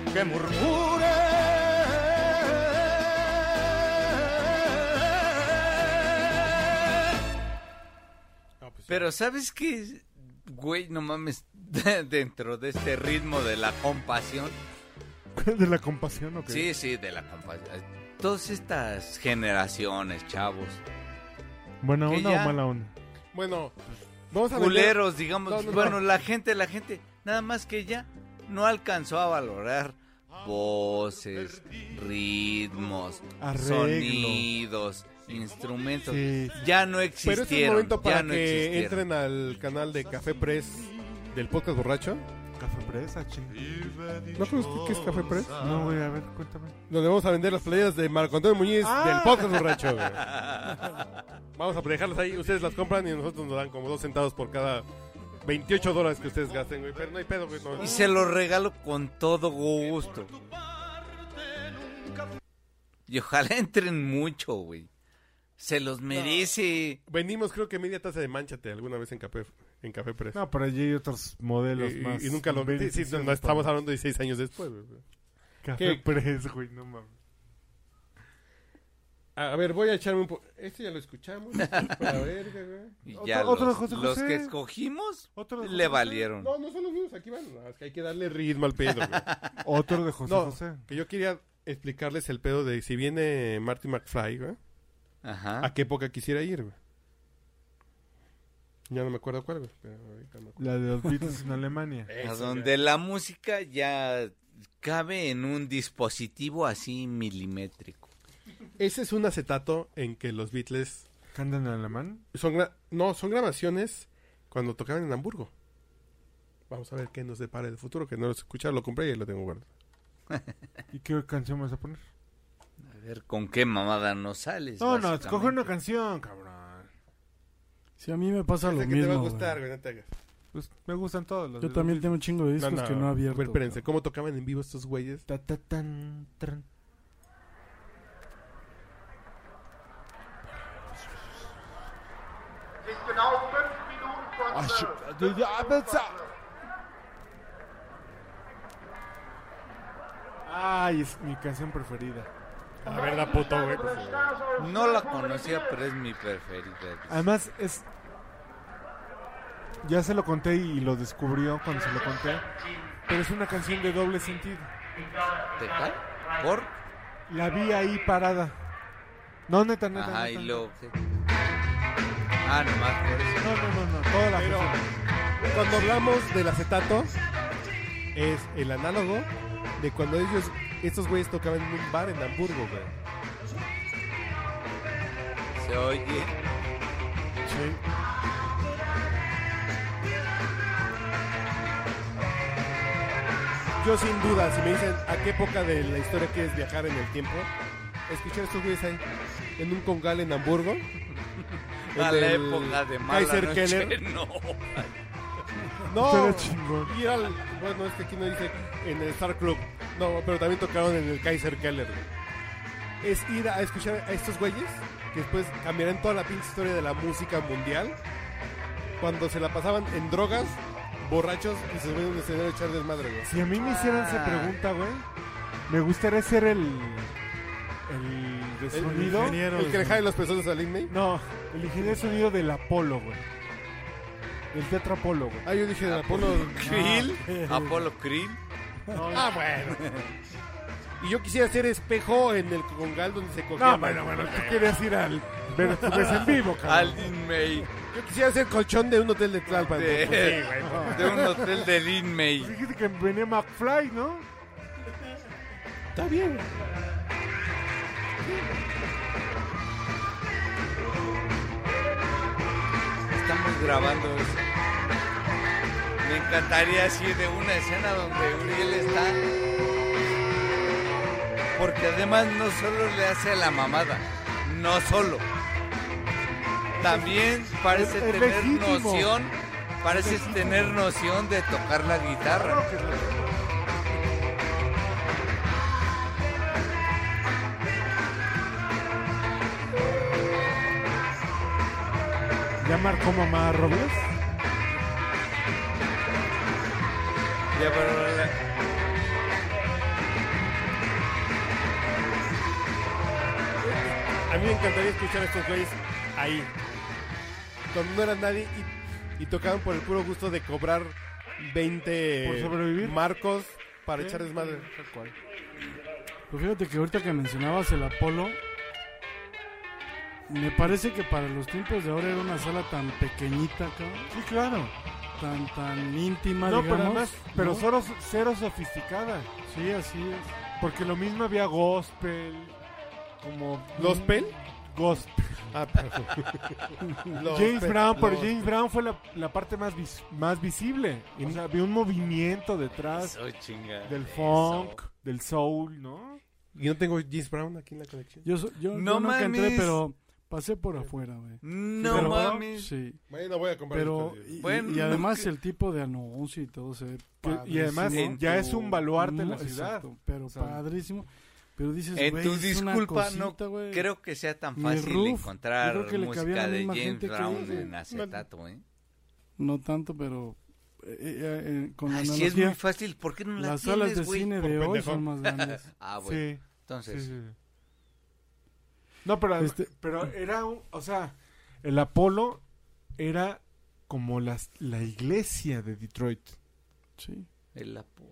murmuren. Que murmuren. Pero ¿sabes qué? Güey, no mames, *laughs* dentro de este ritmo de la compasión. De la compasión, ¿ok? Sí, sí, de la compasión. Todas estas generaciones, chavos, Ah, ¿Buena Que onda ya- o mala onda? Bueno, vamos a vender- culeros, digamos. No, no, bueno, la gente, la gente, nada más que ella no alcanzó a valorar voces, ritmos, Arreglo. sonidos, instrumentos. Sí. Ya no Pero existieron. este es el momento ya para no que existieron. entren al canal de Café Press del podcast borracho. Café presa, ching. ¿No conoces qué- qué es Café Press? No, güey, a ver, cuéntame. Donde vamos a vender las playeras de Marco Antonio Muñiz del podcast borracho. güey. Vamos a dejarlas ahí, ustedes las compran y nosotros nos dan como dos centavos por cada 28 dólares que ustedes gasten, güey. Pero no hay pedo, güey. no. Y se lo regalo con todo gusto. Y ojalá entren mucho, güey. Se los merece. Vendimos creo que media taza de manchate alguna vez en Café, en Café Press. No, pero allí hay otros modelos y, más. y nunca lo... sí, sí, no, no, estamos hablando de 16 años después. güey. Café ¿Qué? Press, güey, no mames. A ver, voy a echarme un poco... Este ya lo *laughs* escuchamos. para verga, güey. Y Otro- ya otro de los, José los José. que escogimos Otro de José le José. valieron. No, no son los mismos, aquí van. No, es que hay que darle ritmo al pedo, *laughs* güey. Otro de José No. José. Que yo quería explicarles el pedo de si viene Marty McFly, güey, Ajá. ¿a qué época quisiera ir, güey? Ya no me acuerdo cuál, güey, pero ahorita me acuerdo. La de los Beatles en Alemania. A donde la música ya cabe en un dispositivo así milimétrico. Ese es un acetato en que los Beatles ¿Cantan en alemán? son gra- no, son grabaciones cuando tocaban en Hamburgo. Vamos a ver qué nos depara el futuro, que no los escuchaba, lo compré y ahí lo tengo guardado. ¿Y qué canción vas a poner? A ver con qué mamada no sales. No, no, escoge básicamente. una canción, cabrón. Si a mí me pasa lo Sé que te va a mismo. gustar, güey. güey, no te hagas. Pues me gustan todos los Yo de- también tengo un chingo de No, discos no, que no he a abierto. ver, espérense, ¿cómo tocaban en vivo estos güeyes? Ta, ta, tan, tran. Ah, shit. Ya, ya, avanza. Ay, es mi canción preferida. A ver, la puto, güey. pues. por favor. No la conocía, pero es mi preferida. Además, es. Ya se lo conté y lo descubrió cuando se lo conté. Pero es una canción de doble sentido. ¿Te cae? ¿Por? La vi ahí parada. No, neta, neta. Ajá, neta, y neta. luego... ¿qué? Ah, nomás por eso. No, no, no, no. Toda la Pero- canción. Cuando hablamos del acetato, es el análogo de cuando ellos, estos güeyes tocaban en un bar en Hamburgo, güey. Se oye. Yo sin duda, si me dicen a qué época de la historia quieres viajar en el tiempo, escuchar a estos güeyes ahí en un congal en *laughs* Hamburgo. A El la del época de mala Kaiser noche, Keller. *laughs* no. No, Pero chingón. ir al, bueno, es que aquí no dice en el Star Club. No, pero también tocaron en el Kaiser Keller. güey. Es ir a escuchar a estos güeyes que después cambiarán toda la pinche historia de la música mundial. Cuando se la pasaban en drogas, borrachos y se subían a un escenario a echar desmadre, güey. Si a mí me hicieran esa pregunta, güey, me gustaría ser el. El de El- sonido. El, que le jale los pesos al Inmate. No, el ingeniero de sonido del Apolo, güey. Del teatro Apolo, güey. Ah, yo dije de Apolo. Krill. Apolo Krill. Ah, bueno. Y yo quisiera ser espejo en el congal donde se cogía. tú querías ir al. Ver tú ves en vivo, cabrón. Aldin May. Ah. Yo quisiera ser colchón de un hotel de Tlalpan. Pues De, güey. *laughs* Pues de un hotel de Lin May. Dijiste que venía McFly, ¿no? Está bien. Estamos grabando eso. Me encantaría así de una escena donde Uriel está. Porque además no solo le hace la mamada, no solo. También parece Es- es tener legítimo. noción, parece tener noción de tocar la guitarra. Ya marcó mamá Robles. Ya, pero la- A mí me encantaría escuchar a estos güeyes ahí. Cuando no era nadie y, y tocaban por el puro gusto de cobrar 20 Por sobrevivir. marcos para echar desmadre. Pero fíjate que ahorita que mencionabas el Apolo, me parece que para los tiempos de ahora era una sala tan pequeñita, cabrón, Sí, claro. tan, tan íntima, No, pero digamos. además, pero ¿no? cero, cero sofisticada. Sí, así es. Porque lo mismo había gospel, como... ¿Los Pel? Gospel. *laughs* Ah, perdón. Los James Pel- Brown, pero los- James Brown fue la, la parte más, vis- más visible. O sea, había un movimiento Ah, detrás Eso, chinga. del Eso. funk, del soul, ¿no? Y no tengo James Brown aquí en la colección. Yo, so- yo, No yo nunca entré, mames. pero pasé por afuera, güey. No Pero- mames. Sí, Bueno, voy a comprar. pero... estos. Y, y- Bueno, y además nunca- el tipo de anuncio y todo se ve Que- y además padrísimo. ya es un baluarte en la Mu- ciudad. exacto, pero O sea, padrísimo. Pero dices, En güey, tu es una disculpa, no cosita, güey. Creo que sea tan Mi fácil roof, yo encontrar creo que le cabía música la de misma James gente que Brown ella. en acetato, ¿eh? no tanto, pero eh, eh, eh, con la Ay, sí, analogía, es muy fácil. ¿Por qué no la las salas de tienes, güey? cine por de hoy pendejo. son más grandes. *laughs* *laughs* Ah, bueno. Sí, sí, Entonces, sí, sí. No, pero, Este- pero era un, o sea, el Apolo era como las, la iglesia de Detroit. Sí. el Apolo.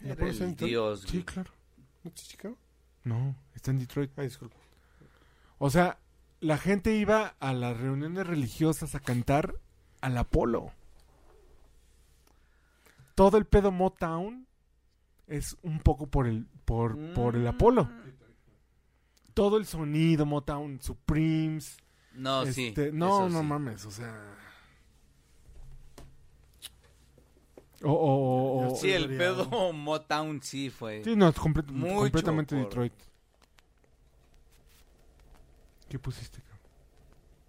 ¿El Era Apolo el está en Detroit? dios, güey. claro. ¿No está Chicago? No, está en Detroit. Ay, Ah, disculpa. O sea, la gente iba a las reuniones religiosas a cantar al Apolo. Todo el pedo Motown es un poco por el por, por Mm. el Apolo. Todo el sonido Motown, Supremes. No, este, Ah, sí. no, eso no sí. mames, o sea. O, o- o- o- Sí, el pedo Motown sí fue. Sí, no, es comple- Mucho completamente por- Detroit. ¿Qué pusiste, cabrón?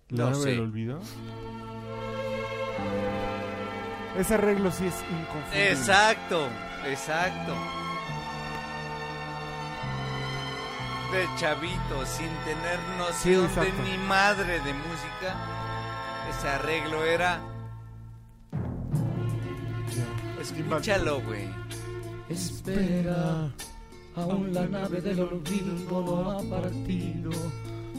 No ¿La nave sé. del olvido? Ese arreglo sí es inconfundible. Exacto, exacto. De chavito, sin tener Sí, noción de exacto. ni madre de música, ese arreglo era. Escúchalo, güey. Espera, aún la nave del olvido no ha partido.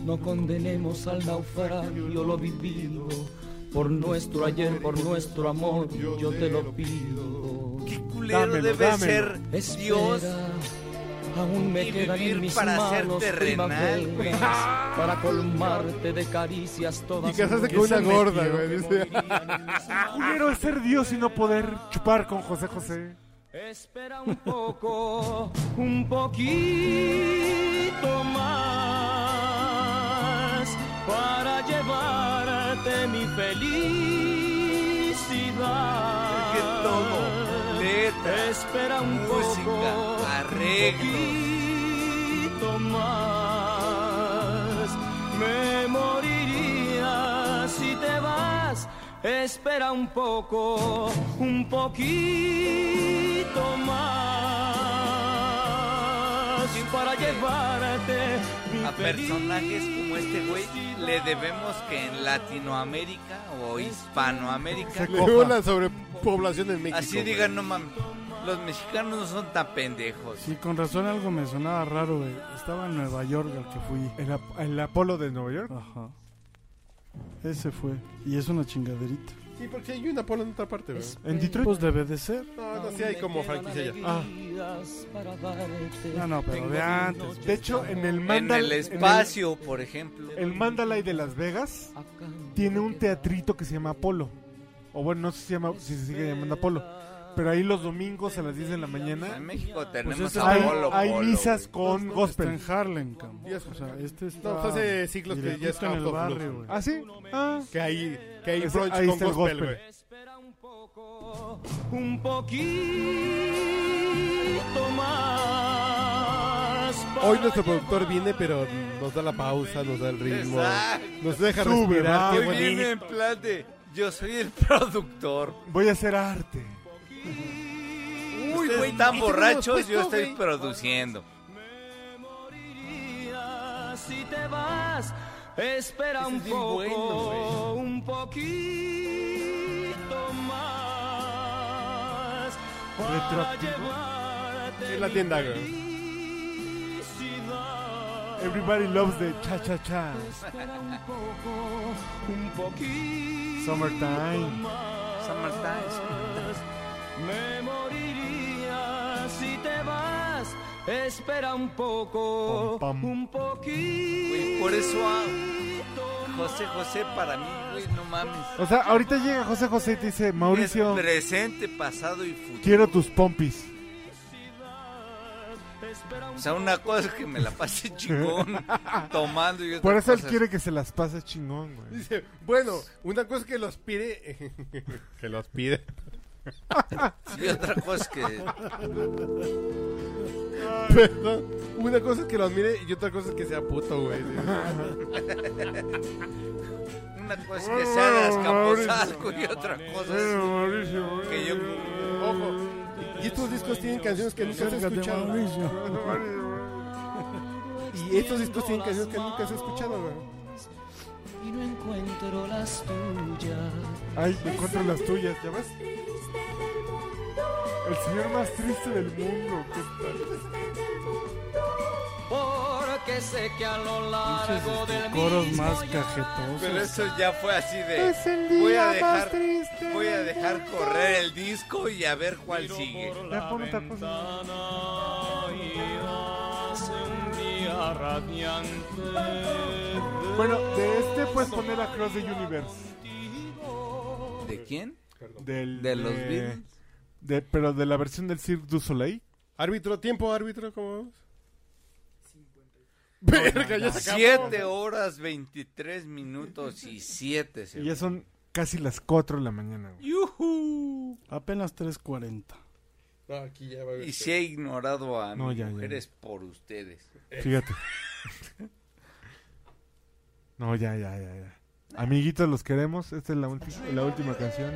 No condenemos al naufragio lo vivido. Por nuestro ayer, por nuestro amor, yo te lo pido. Qué culero Dámelo, debe dámelo. ser Dios. Espera, aún me y quedan vivir en mis para ser manos terrenal, primaveras güey. *laughs* para colmarte de caricias todas. Y casaste mis con una se gorda, metió? güey. dice. Culero Ah. es ser Dios y no poder chupar con José José. Espera un poco, un poquito más para llevarte mi felicidad. Que todo, letra, Espera un música, poco, arreglos. un poquito más. Me moriría si te vas. Espera un poco, un poquito más Sí, para porque llevarte mi a personajes como este güey felicidad. le debemos que en Latinoamérica o Hispanoamérica Le dio una sobrepoblación en México. así güey. digan no mames los mexicanos no son tan pendejos *laughs* Sí, con razón algo me sonaba raro, güey. Estaba en Nueva York al que fui. El, ap- el Apolo de Nueva York. Ajá. Ese fue. Y es una chingaderita. Sí, porque hay una Apolo en otra parte, güey. En Detroit. Pues debe de ser. No, no, sí hay como franquicia ya. Ah. No, no, pero de antes. De hecho, en el en Mandal... el espacio por ejemplo en el- el Mandalay de Las Vegas tiene un teatrito que se llama Apolo. O bueno, no sé si, se llama, si se sigue llamando Apolo. Pero ahí los domingos a las 10 de la en mañana México tenemos ese a hay, Polo hay Polo, misas güey. con Está en gospel. Harlem, cabrón. Yes. O sea, este está... No, pues hace siglos que ya directito está en el barrio, güey. ¿Ah, sí? Ah, Que hay, que hay Ese- brunch ahí con está el gospel, gospel. güey. Espera un poco, un poquito más. Hoy nuestro productor viene, pero nos da la pausa, nos da el ritmo. Exacto. Nos deja Sube, respirar. va, qué Hoy bonito. viene en plan de yo soy el *laughs* productor voy a hacer arte. ustedes güey, ¿y están qué tenemos borrachos puesto, yo estoy güey? produciendo moriría si te vas. Espera Ese un es bien poco, bueno, un poquito más. Para Retroactivo. llevarte En la tienda, mi güey. felicidad. Everybody loves the cha-cha-cha. Espera un poco, un poquito Summertime. más. Summertime, Me moriría si te vas. Espera un poco, Pom, pom. un poquito. güey, por eso ah, José José para mí güey no mames O sea, ahorita llega José José y te dice, Mauricio, Es presente, pasado y futuro. quiero tus pompis. O sea, una cosa es que me la pase *laughs* chingón tomando y otra Por eso él cosa es- quiere que se las pase chingón, güey. Dice, bueno, una cosa es que los pide. *laughs* que los pide. y otra cosa es que Perdón. Una cosa es que los mire y otra cosa es que sea puto, güey. una cosa es que sea de Azcapotzalco y otra cosa es Mauricio, que yo Ojo. Y estos discos tienen canciones que nunca has escuchado. Y estos discos tienen canciones que nunca has escuchado, güey. y no encuentro las tuyas. Ay, encuentro las tuyas, ¿ya ves? El señor más triste del mundo. ¿qué tal? Porque sé que a lo largo del Coros mismo más yo- Pero cajetosos. eso ya fue así de. Voy a dejar, voy a dejar correr el disco y a ver cuál sigue. Ya pon otra cosa. Bueno, de este puedes poner a Cross the Universe. ¿De quién? Del, De los de- Beatles. de- pero de la versión del Cirque du Soleil. Árbitro, tiempo, árbitro, ¿cómo vamos? *laughs* Verga, ya se acabó. 7 horas 23 minutos y 7 *laughs* Y ya son casi las 4 de la mañana, güey. Apenas 3.40. No, aquí ya va a haber- Y si he ignorado a No, mis ya, ya, mujeres por ustedes. Fíjate. *laughs* No, ya, ya, ya, ya. Amiguitos, los queremos. Esta es la, ulti- la última canción.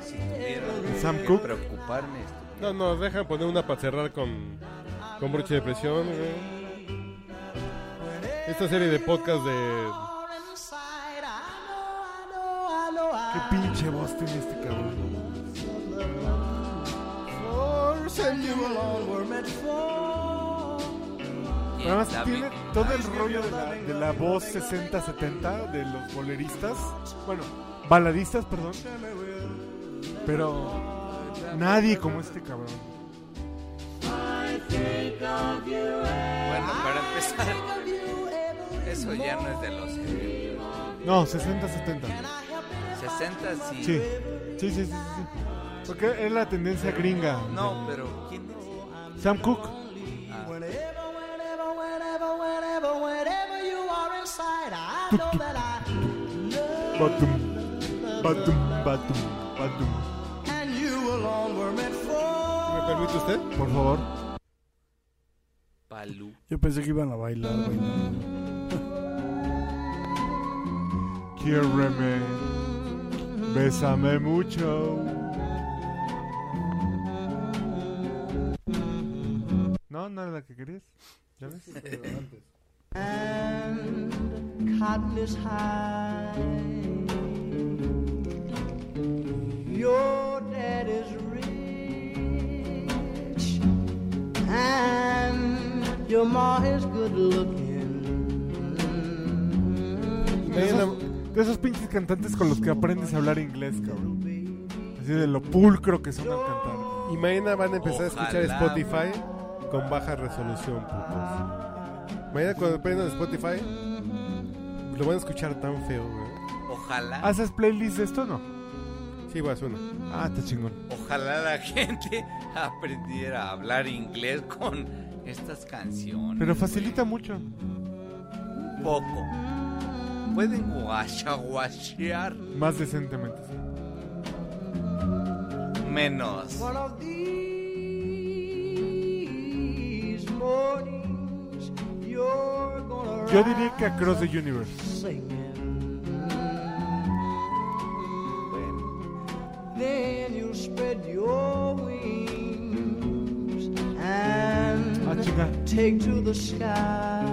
Si tuvieran Sam que Cooke. preocuparme. estuvieran- No, nos dejan poner una para cerrar con, con broche de presión. güey. Esta serie de podcast de... Qué Ah. pinche voz tiene este cabrón. Y Pero además la tiene vi- todo el rollo de la, de la voz 60-70 de los boleristas. Bueno, baladistas, perdón. Pero nadie como este cabrón. Bueno, para empezar, *laughs* eso ya no es de los eh, 70. No, 60-70. 60 Sí. sí. Sí, sí, sí, sí, sí. Porque es la tendencia gringa. No, pero ¿quién es? Sam Cooke. Batum, batum, batum, batum. ¿Me permite usted? Por favor. Palú. Yo pensé que iban a bailar, güey. no. Quiéreme. Bésame mucho. No, no era la que querías. ¿Ya ves? and cotton is high. Your dad is rich, and your ma is good looking. De esos, de esos pinches cantantes con los que aprendes a hablar inglés, cabrón. Así de lo pulcro que son al cantar. Y mañana van a empezar a Ojalá. escuchar Spotify con baja resolución, putos. Mañana cuando aprendan Spotify, lo van a escuchar tan feo, güey. Ojalá, ¿Haces playlist de esto o no? Sí, vas uno. Ah, está chingón. ojalá la gente *laughs* aprendiera a hablar inglés con estas canciones. Pero facilita mucho. poco. Pueden guachaguachear Más decentemente. sí. menos. One of these mornings, you're gonna Yo diría que Across the Universe. singing. Then you spread your wings Ah, and chica. take to the sky.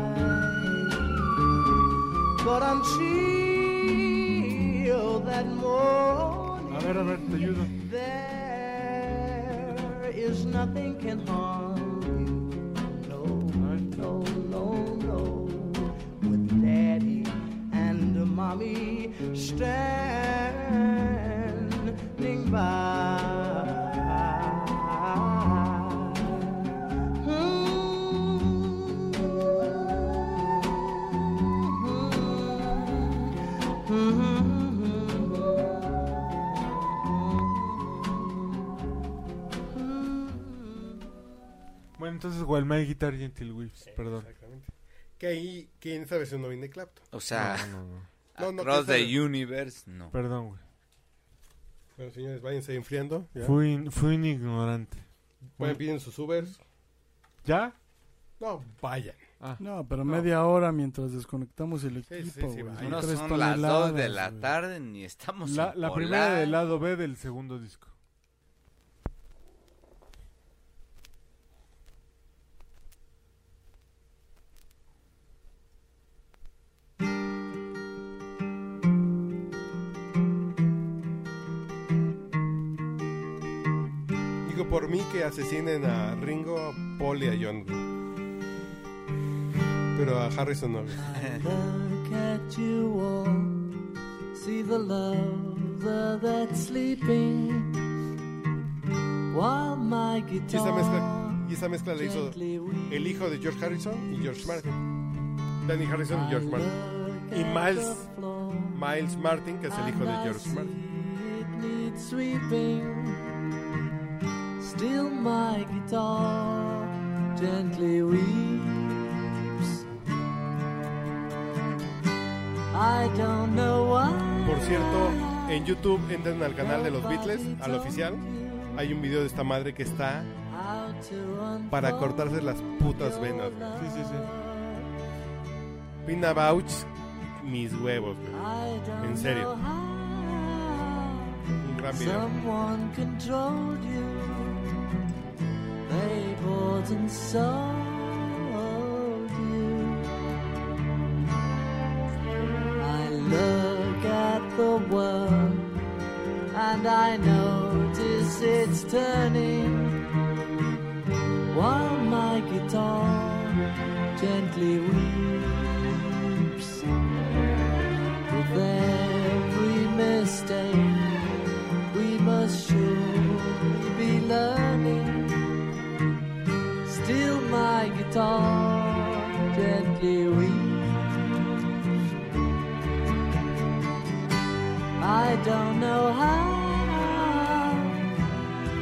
But until A that morning, ver, a ver, te ayudo. there is nothing can harm you. No, no, no, no. With daddy and mommy standing by. Hmm. Hmm. Bueno, entonces, Gualmay Guitar Gentil Whips, perdón. Exactamente. Que ahí, quién sabe si no viene Clapton. O sea, No, no, no. No, no, Across que the esta- Universe, no. Perdón, güey. Bueno, señores, váyanse enfriando. ¿ya? Fui, in- fui un ignorante. Vayan pidiendo sus Ubers. ¿Ya? No, vayan. No, pero media hora mientras desconectamos el sí, equipo, sí, güey. va. Son No tres son las 2 de toneladas, la güey. tarde ni estamos La, en la Polar. primera del lado B del segundo disco. por mí que asesinen a Ringo, a Paul y a John. Pero a Harrison no. güey. Look at you all, see the lover that's sleeping. While my Y esa guitar mezcla, y esa mezcla la hizo gently weeps. el hijo de George Harrison y George Martin. Danny Harrison y Ah, George Martin. Look Y at Miles, the floor, Miles Martin, que es el hijo de and I George see Martin. it needs sweeping. Still my guitar gently weeps. I don't know why. Por cierto, en YouTube entren al canal de los Beatles, al oficial. Hay un video de esta madre que está How to un- para cortarse las putas venas. güey. Sí, sí, sí. Pina Bauch, mis huevos, güey. I don't En serio. know how. Un gran video. Someone controlled you. They bought and sold you. I look at the world and I notice it's turning while my guitar gently weeps with every mistake. We must surely be learning. Still, my guitar gently weeps. I don't know how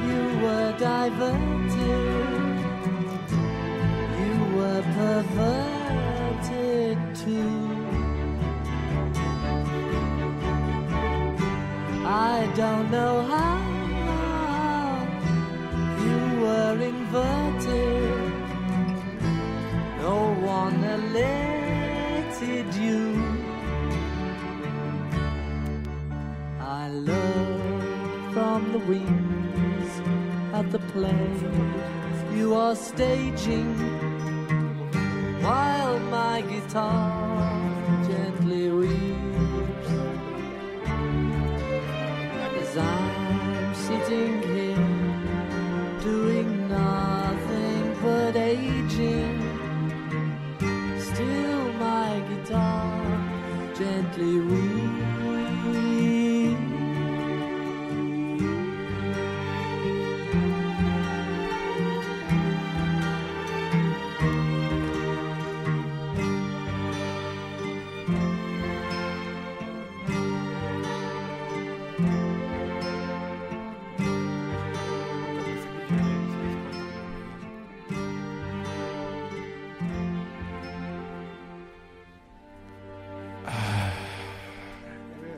you were diverted. You were perverted too. I don't know how you were inverted. No one alerted you. I look from the wings at the play you are staging while my guitar gently weeps. As I'm sitting here doing nothing but aging, still my guitar gently weeps.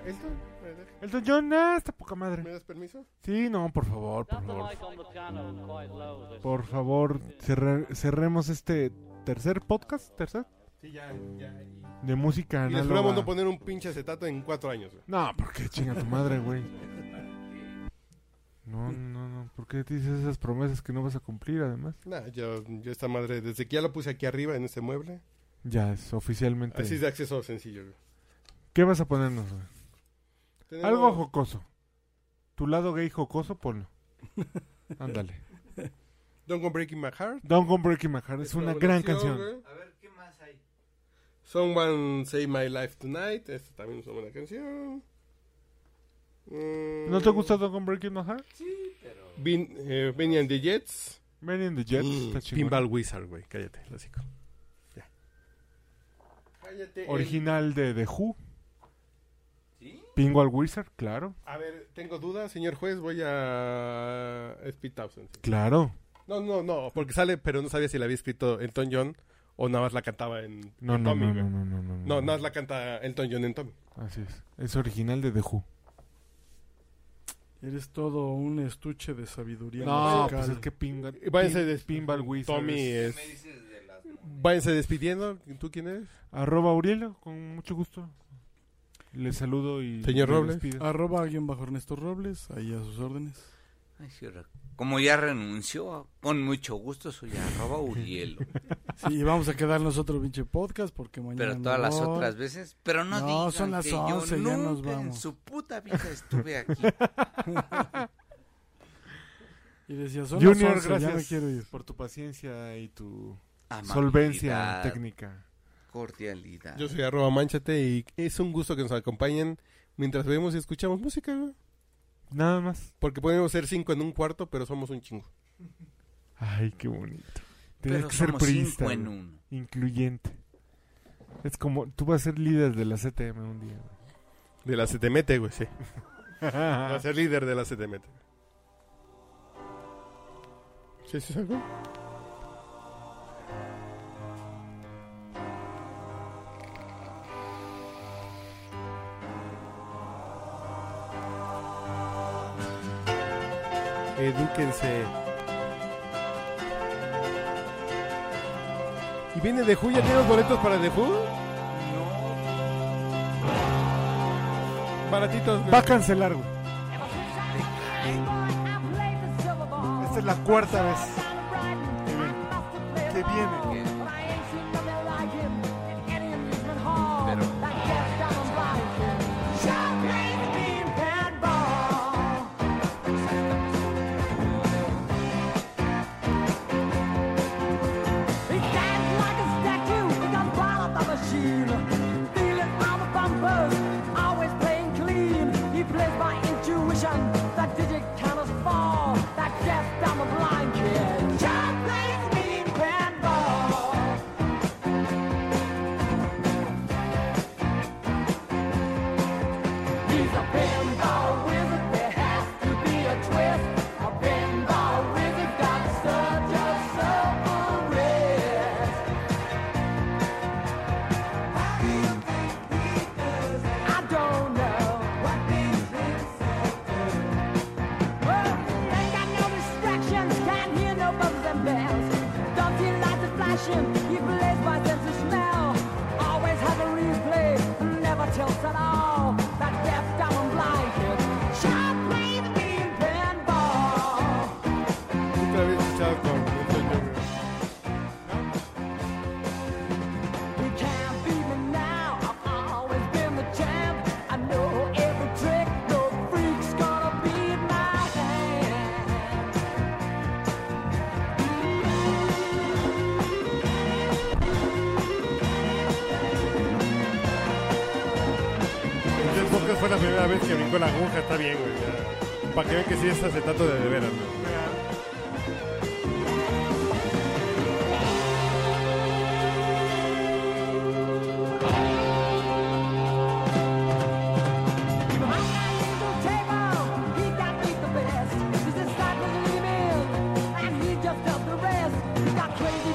¿Elton? Elton John, ah, está poca madre. ¿Me das permiso? Sí, no, por favor, por favor. Por favor, cerre- cerremos este tercer podcast, tercer, Sí, ya, ya. Y de música les juramos no análoga. poner un pinche acetato en cuatro años, güey. No, porque chinga tu madre, güey. No, no, no, ¿por qué te dices esas promesas que no vas a cumplir, además? Nah, yo, yo esta madre, desde que ya la puse aquí arriba en este mueble, Ya, es oficialmente. así es de acceso sencillo, güey. ¿Qué vas a ponernos? güey? Tenemos- Algo jocoso. Tu lado gay jocoso, *laughs* ponlo. Ándale. Don't Go Breaking My Heart. Don't Go Breaking My Heart es una gran canción. güey. A ver, ¿qué más hay? Someone Save My Life Tonight. Esta también es una buena canción. Mm, ¿No te gusta Don't Go Breaking My Heart? Vin- eh, Benny and the Jets. Men in the Jets está chingón. Mm, Pinball Wizard, güey. Cállate, clásico. Ya. Cállate. Original de The Who. ¿Sí? Pinball Wizard, claro. A ver, tengo dudas, señor juez. Voy a Speed Thousand. Claro. No, no, no. Porque sale, pero no sabía si la había escrito Elton John o nada más la cantaba en, No, en no, Tommy, no, güey. no, no, no, no, No, no. nada más la canta Elton John en Tommy. Así es. Es original de The Who. Eres todo un estuche de sabiduría. No, musical. pues es que pinga, Y váyanse pin- de- Pinball Wizard. Tommy eh. es- es... ¿Qué dices de las Váyanse despidiendo. ¿Tú quién eres? Arroba Aurelio, con mucho gusto. Les saludo y... Señor me Robles. despido. Arroba alguien bajo Ernesto Robles, ahí a sus órdenes. Ay, sí, re- Como ya renunció, con mucho gusto soy arroba *laughs* Urielo. Sí, y vamos a quedarnos otro pinche podcast porque mañana. Pero todas las no voy. otras veces, pero no, No, digan son las que yo 11, ya nos nunca en vamos. su puta vida estuve aquí. Y decía, son las Junior, 11, gracias ya me quiero ir. por tu paciencia y tu *laughs* Amabilidad, solvencia técnica. Cordialidad. Yo soy arroba manchate y es un gusto que nos acompañen mientras vemos y escuchamos música, güey. Nada más. Porque podemos ser cinco en un cuarto, pero somos un chingo. Ay, qué bonito. Tienes Pero que ser somos priista, cinco en güey. uno. incluyente. Es como, tú vas a ser líder de la CTM un día. güey. De la CTMT, güey, sí. Va a ser líder de la CTMT. ¿Sí, sí, algo? Edúquense. ¿Y viene de Ju? ¿Ya tiene los boletos para de Ju? No, Baratitos. güey. Va a cancelar, güey. Esta es la cuarta vez. que viene. que- That digit counters fall, that deaf, dumb, and blind kid. Child plays mean pinball. He's a pinball wizard. There has to be a twist. A pinball wizard got such a suffering. How do you think he does it? I don't know. What makes him so good? Well, he ain't got no distractions. Can't hear no bumps and bells. Don't he like the flashing? He plays by sense of smell. Always has a replay. Never tilts at all. That deaf, dumb, and blind kid. Shall play the mean pinball. Nunca había escuchado con con John, güey. You can't beat me now. I've always been the champ. I know every trick. No freak's gonna beat my hand. Pues el podcast fue la primera vez que brincó la aguja, está bien, güey. ya. Para que vean que sí es acetato de de veras, güey. Crazy